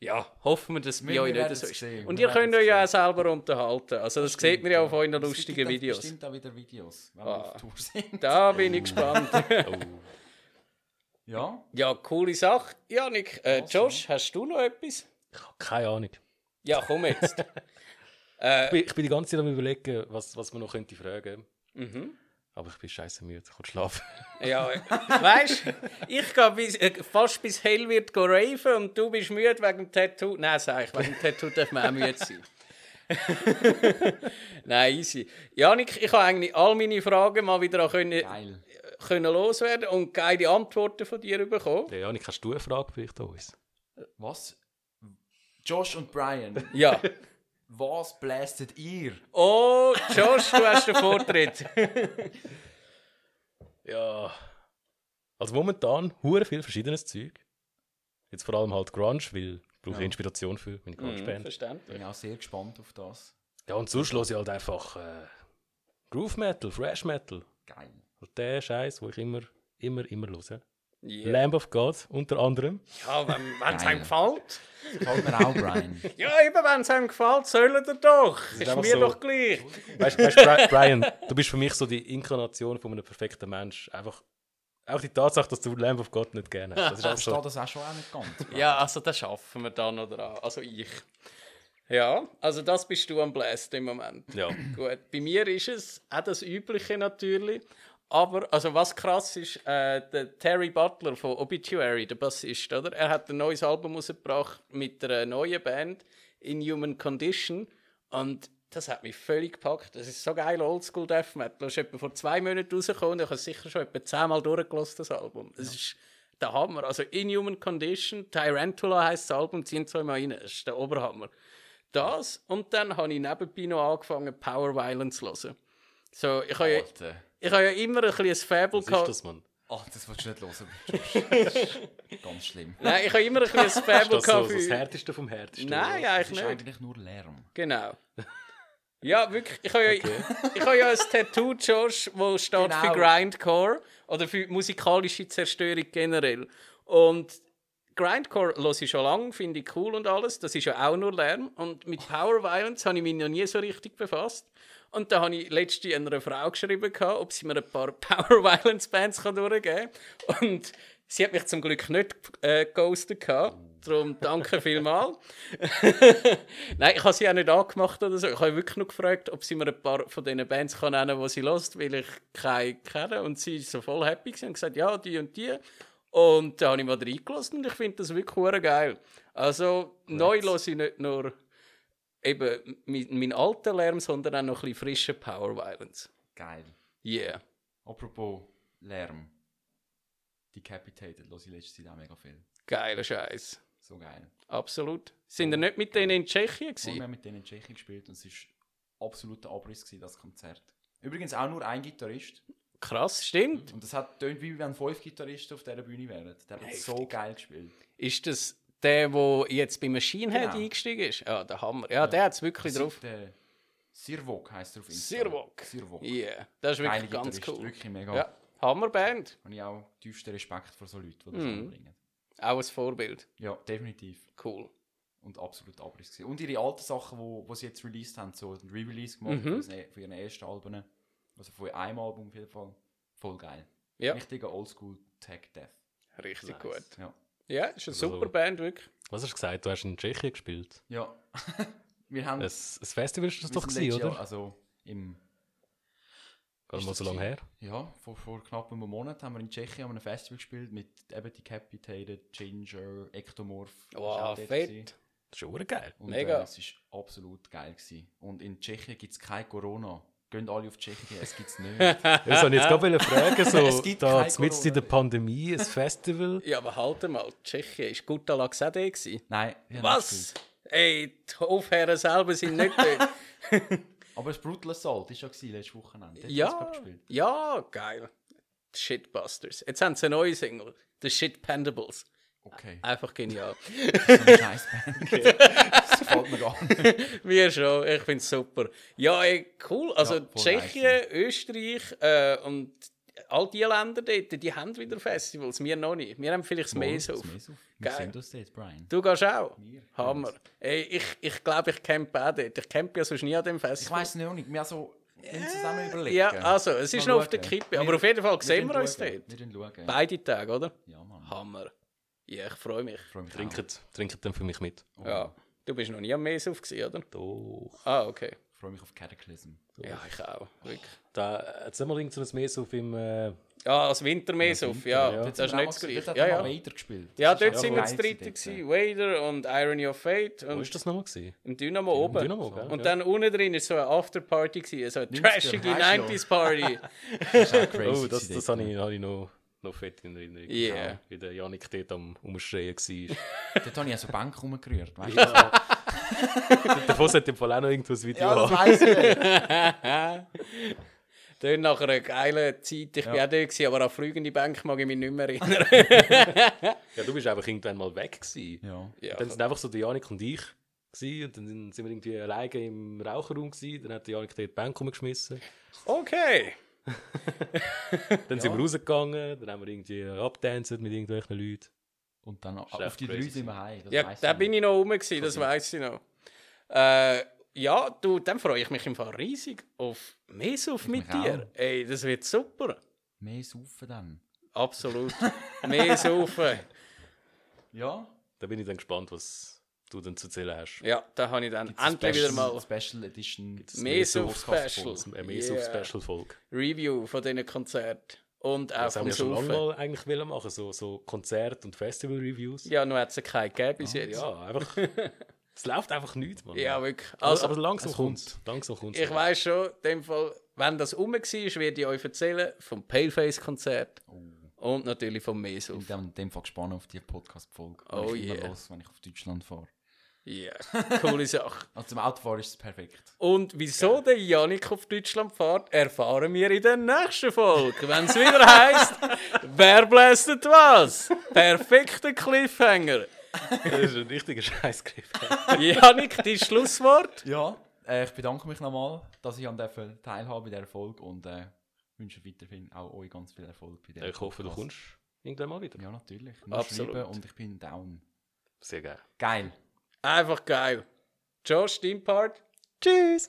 Ja, hoffen wir, dass bei Wir- euch wir nicht werden's so ist. sehen. Und Wir ihr könnt werden's euch ja auch selber unterhalten. Also das sieht man ja auf euren Es gibt lustigen dann Videos. bestimmt auch wieder Videos, wenn Ah. wir auf Tour sind. Da bin ich gespannt. Ja, ja, coole Sache. Janik, äh, Josh, hast du noch etwas? Ich habe keine Ahnung. Ja, komm jetzt. Ich bin, ich bin die ganze Zeit am überlegen, was, was man noch könnte fragen. Mhm. Aber ich bin scheiße müde, ich kann schlafen. ja, weißt du, ich gehe bis, äh, fast bis hell wird go raven und du bist müde wegen dem Tattoo. Nein, sag ich, wegen dem Tattoo darf man auch müde sein. Nein, easy. Janik, ich habe eigentlich all meine Fragen mal wieder an können, geil. können loswerden und geile Antworten von dir bekommen. Ja, Janik, hast du eine Frage vielleicht an uns? Was? Josh und Brian, Ja, Was blästet ihr? Oh, Josh, du hast den Vortritt. Ja. Also momentan hure viel verschiedenes Zeug. Jetzt vor allem halt Grunge, weil ich brauche Ja. Inspiration für meine Grunge-Band. Verständlich. Bin auch sehr gespannt auf das. ja, und sonst höre ich halt einfach äh, Groove Metal, Fresh Metal. Geil. Und der Scheiß, wo ich immer, immer, immer höre. Ja, Lamb of God unter anderem. ja wenn es Geil. einem gefällt. Gefällt mir auch, Brian. Ja, eben, wenn es einem gefällt, sollen ihr doch. Ist, einfach mir so. doch gleich. Weißt du, Bri- Brian, du bist für mich so die Inkarnation von einem perfekten Mensch. Einfach auch die Tatsache, dass du Lamb of God nicht gerne hast. Das ist Ich verstehe auch so. das auch schon auch nicht ganz. Ja, also das schaffen wir da noch dran. Also ich. Ja, also das bist du am Blast im Moment. Ja. Gut, bei mir ist es auch das Übliche natürlich. Aber, also was krass ist, äh, der Terry Butler von Obituary, der Bassist, oder? Er hat ein neues Album rausgebracht mit einer neuen Band, Inhuman Condition. Und das hat mich völlig gepackt. Das ist so geil, Oldschool Death Metal. Das ist etwa vor zwei Monaten rausgekommen und ich habe es sicher schon etwa zehnmal durchgelassen, das Album. Das ist der Hammer. Also Inhuman Condition, Tyrantula heisst das Album, ziehen zwei mal rein. Das ist der Oberhammer. Das und dann habe ich nebenbei noch angefangen, Power Violence zu hören. So, ich habe ja, Alter. ich habe ja immer ein bisschen ein Fable Was ist gehabt. das, Mann? Ah, das willst du nicht hören. Josh. Das ist ganz schlimm. Nein, ich habe immer ein bisschen ein Ist Fable das so gehabt. das für- Härteste vom Härtesten? Nein, ja. Das eigentlich ist nicht. eigentlich nur Lärm. Genau. Ja, wirklich. Ich habe ja, ich habe ja ein Tattoo, Josh, wo steht Genau. für Grindcore oder für musikalische Zerstörung generell. Und Grindcore höre ich schon lange, finde ich cool und alles. Das ist ja auch nur Lärm. Und mit Power Violence habe ich mich noch nie so richtig befasst. Und da habe ich letztens einer Frau geschrieben, gehabt, ob sie mir ein paar Power Violence Bands kann durchgeben kann. Und sie hat mich zum Glück nicht äh, ghostet. Gehabt. Darum danke vielmals. Nein, ich habe sie auch nicht angemacht oder so. Ich habe wirklich nur gefragt, ob sie mir ein paar von diesen Bands kann nennen kann, die sie hört, weil ich keine kenne. Und sie ist so voll happy gewesen und gesagt, ja, die und die. Und da habe ich mal reingelassen und ich finde das wirklich hure geil. Also, neu höre ich nicht nur eben mein, mein alter Lärm, sondern auch noch ein bisschen frische Power Violence. Geil. Yeah. Apropos Lärm. Decapitated höre ich letzte Zeit auch mega viel. Geiler Scheiß. So geil. Absolut. Sind ihr nicht mit denen in Tschechien Und wir gewesen? haben mit denen in Tschechien gespielt und es war absoluter Abriss, gewesen, das Konzert. Übrigens auch nur ein Gitarrist. Krass, stimmt. Und das hat tönt wie wenn fünf Gitarristen auf dieser Bühne wären. Der hat so geil gespielt. Ist das der, der jetzt bei Machine Head Genau. eingestiegen ist? Ja, der Hammer. Ja, der hat es wirklich drauf. Der Sirvok heisst er auf Instagram. Sirvok. Sirvok. Yeah. Das ist Geile wirklich ganz Gitarrist, cool. wirklich mega. Ja, Hammerband. Habe ich auch tiefsten Respekt vor so Leuten, die das Mhm. anbringen. Auch ein Vorbild. Ja, definitiv. Cool. Und absolut Abriss. gewesen. Und ihre alten Sachen, die wo, wo sie jetzt released haben, so ein Re-Release gemacht Mhm. von ihren- von ihren ersten Alben. Also von einem Album auf jeden Fall. Voll geil. Ja. Richtiger Oldschool Tech Death. Richtig Nice. gut. Ja. Ja, ist eine Also- super Band, wirklich. Was hast du gesagt? Du hast in Tschechien gespielt. Ja. wir haben. Ein, ein Festival ist das wir doch, sind gewesen, letztes oder? Jahr, Also im. Gar ist mal das so lange her. gewesen? Ja, vor, vor knapp einem Monat haben wir in Tschechien an einem Festival gespielt mit eben Decapitated, Ginger, Ectomorph. Ist auch Wow, dort gewesen. fett. Das ist auch geil. Und, Mega. Äh, es war absolut geil. Gewesen. Und in Tschechien gibt es kein Corona. Gehen alle auf Tschechien, es gibt es nicht. Das wollte ich jetzt gerade fragen. So, Es gibt da, keine mitten in der Pandemie, ein Festival. Ja, aber halt mal, Tschechien ist guter Lachs auch da. gewesen. Nein. wir haben nicht Was? Ey, die Hofherren selber sind nicht da. gespielt. Aber das Brutal Assault ist ja gewesen, letztes Wochenende. Dort haben sie ja, gerade gespielt. ja, geil. Die Shitbusters. Jetzt haben sie eine neue Single. The Shitpendables. Okay. Einfach genial. So eine scheiß Band. Das gefällt mir gar nicht. Wir schon, ich finde es super. Ja, ey, cool. Also voll Tschechien, Österreich äh, und all die Länder dort, die haben wieder Festivals. Wir noch nicht. Wir haben vielleicht mehr so. Das Mesof. Wir Geil. sind das jetzt, Brian. Du gehst auch? Wir. Hammer. Ey, ich ich glaube, ich campe auch dort. Ich campe ja sonst nie an dem Ich Festival. weiss es noch nicht. Wir haben so müssen zusammen überlegen. ja, also, es ist Mal noch auf der schauen. Kippe. Aber auf jeden Fall sehen wir schauen. uns dort. Wir schauen. schauen. Beide Tage, oder? Ja, Mann. Hammer. Ja, ich freue mich. Ich freu mich auch. Trinket, trinket dann für mich mit. Oh. Ja. Du bist noch nie am Mesauf gewesen, oder? Doch. Ah, okay. Ich freue mich auf Cataclysm. Ja, ich auch. Wirklich. Da, jetzt haben wir irgend so ein Mesof im... Äh, Ja, als Wintermesauf, ja. ja. Das ist nicht das Also, Dort Gleiche. hat Ja, er ja. mal Vader gespielt. Ja, Das ist dort auch sind wir geil das dritte dort, ja. gewesen. Wader und Irony of Fate wo und ist das nochmal gewesen? im Dynamo oben. Dynamo, gell? und Ja. dann unten drin war so eine Afterparty, gewesen, so eine 90er, trashige weisst du noch? 90s Party. Das ist auch crazy Oh, das, das gewesen habe ich, hab ich noch, noch fett in Erinnerung. Yeah. Wie der Janik dort am Umschreien war. dort. Dort habe ich auch so Bank rumgerührt. Weißt du? Davon sollte im Fall auch noch irgendwas Video Ja, das haben. weiss ich nicht. Dann nach einer geilen Zeit, ich bin auch da, gewesen, aber an fliegende Bänke mag ich mich nicht mehr erinnern. Ja, du bist einfach irgendwann mal weg gewesen. Ja. ja, dann sind einfach so der Janik und ich gewesen, und dann sind wir irgendwie alleine im Raucherraum gewesen. Dann hat der Janik dort die Bank rumgeschmissen. okay. Dann sind wir rausgegangen, dann haben wir irgendwie abgedanced mit irgendwelchen Leuten. Und dann echt auf die drei crazy sind wir heim. das Ja, weiss da ich bin ich noch rum, gewesen, das weiß ich noch. Äh, ja, du, dann freue ich mich im Fall riesig auf mehr Suff mit mich dir. Ey, das wird super. Mehr saufen dann. Absolut. äh, mehr Saufen. Ja. Da bin ich dann gespannt, was du dann zu erzählen hast. Ja, da habe ich dann endlich wieder mal Special Edition. mehr Voll, Suff-Special. Eine mehr so Yeah. Special-Folge. Review von diesen Konzerten. Und auch Das haben vom wir schon lange Saufen. mal eigentlich wollen machen, so, so Konzert- und Festival-Reviews. Ja, nur hat es keinen gegeben bis jetzt. Ja, Ah, Ja, einfach. es läuft einfach nichts, Mann. wirklich. Also, Also, aber langsam es kommt Langsam kommt ich weiß schon, in dem Fall, wenn das rum war, werde ich euch erzählen vom Paleface-Konzert Oh. und natürlich vom Ich Mesuff. bin in dem Fall gespannt auf die Podcast-Folge. Oh Weil ich immer yeah. los, wenn ich auf Deutschland fahre. Ja, coole Sache. Also zum Autofahren ist es perfekt. Und wieso der Janik auf Deutschland fährt, erfahren wir in der nächsten Folge, wenn es wieder heißt, wer blästet was? Perfekter Cliffhanger. Das ist ein richtiger Scheißgriff. Janik, dein Schlusswort? Ja. Äh, ich bedanke mich nochmal, dass ich an der Fe- teilhabe bei dieser Folge und äh, wünsche weiterhin auch euch ganz viel Erfolg bei der ich hoffe, du kommst irgendwann mal wieder. Ja, natürlich. Nur Absolut. schreiben und ich bin down. Sehr geil. Geil. Einfach geil. Josh, dein Part? Tschüss!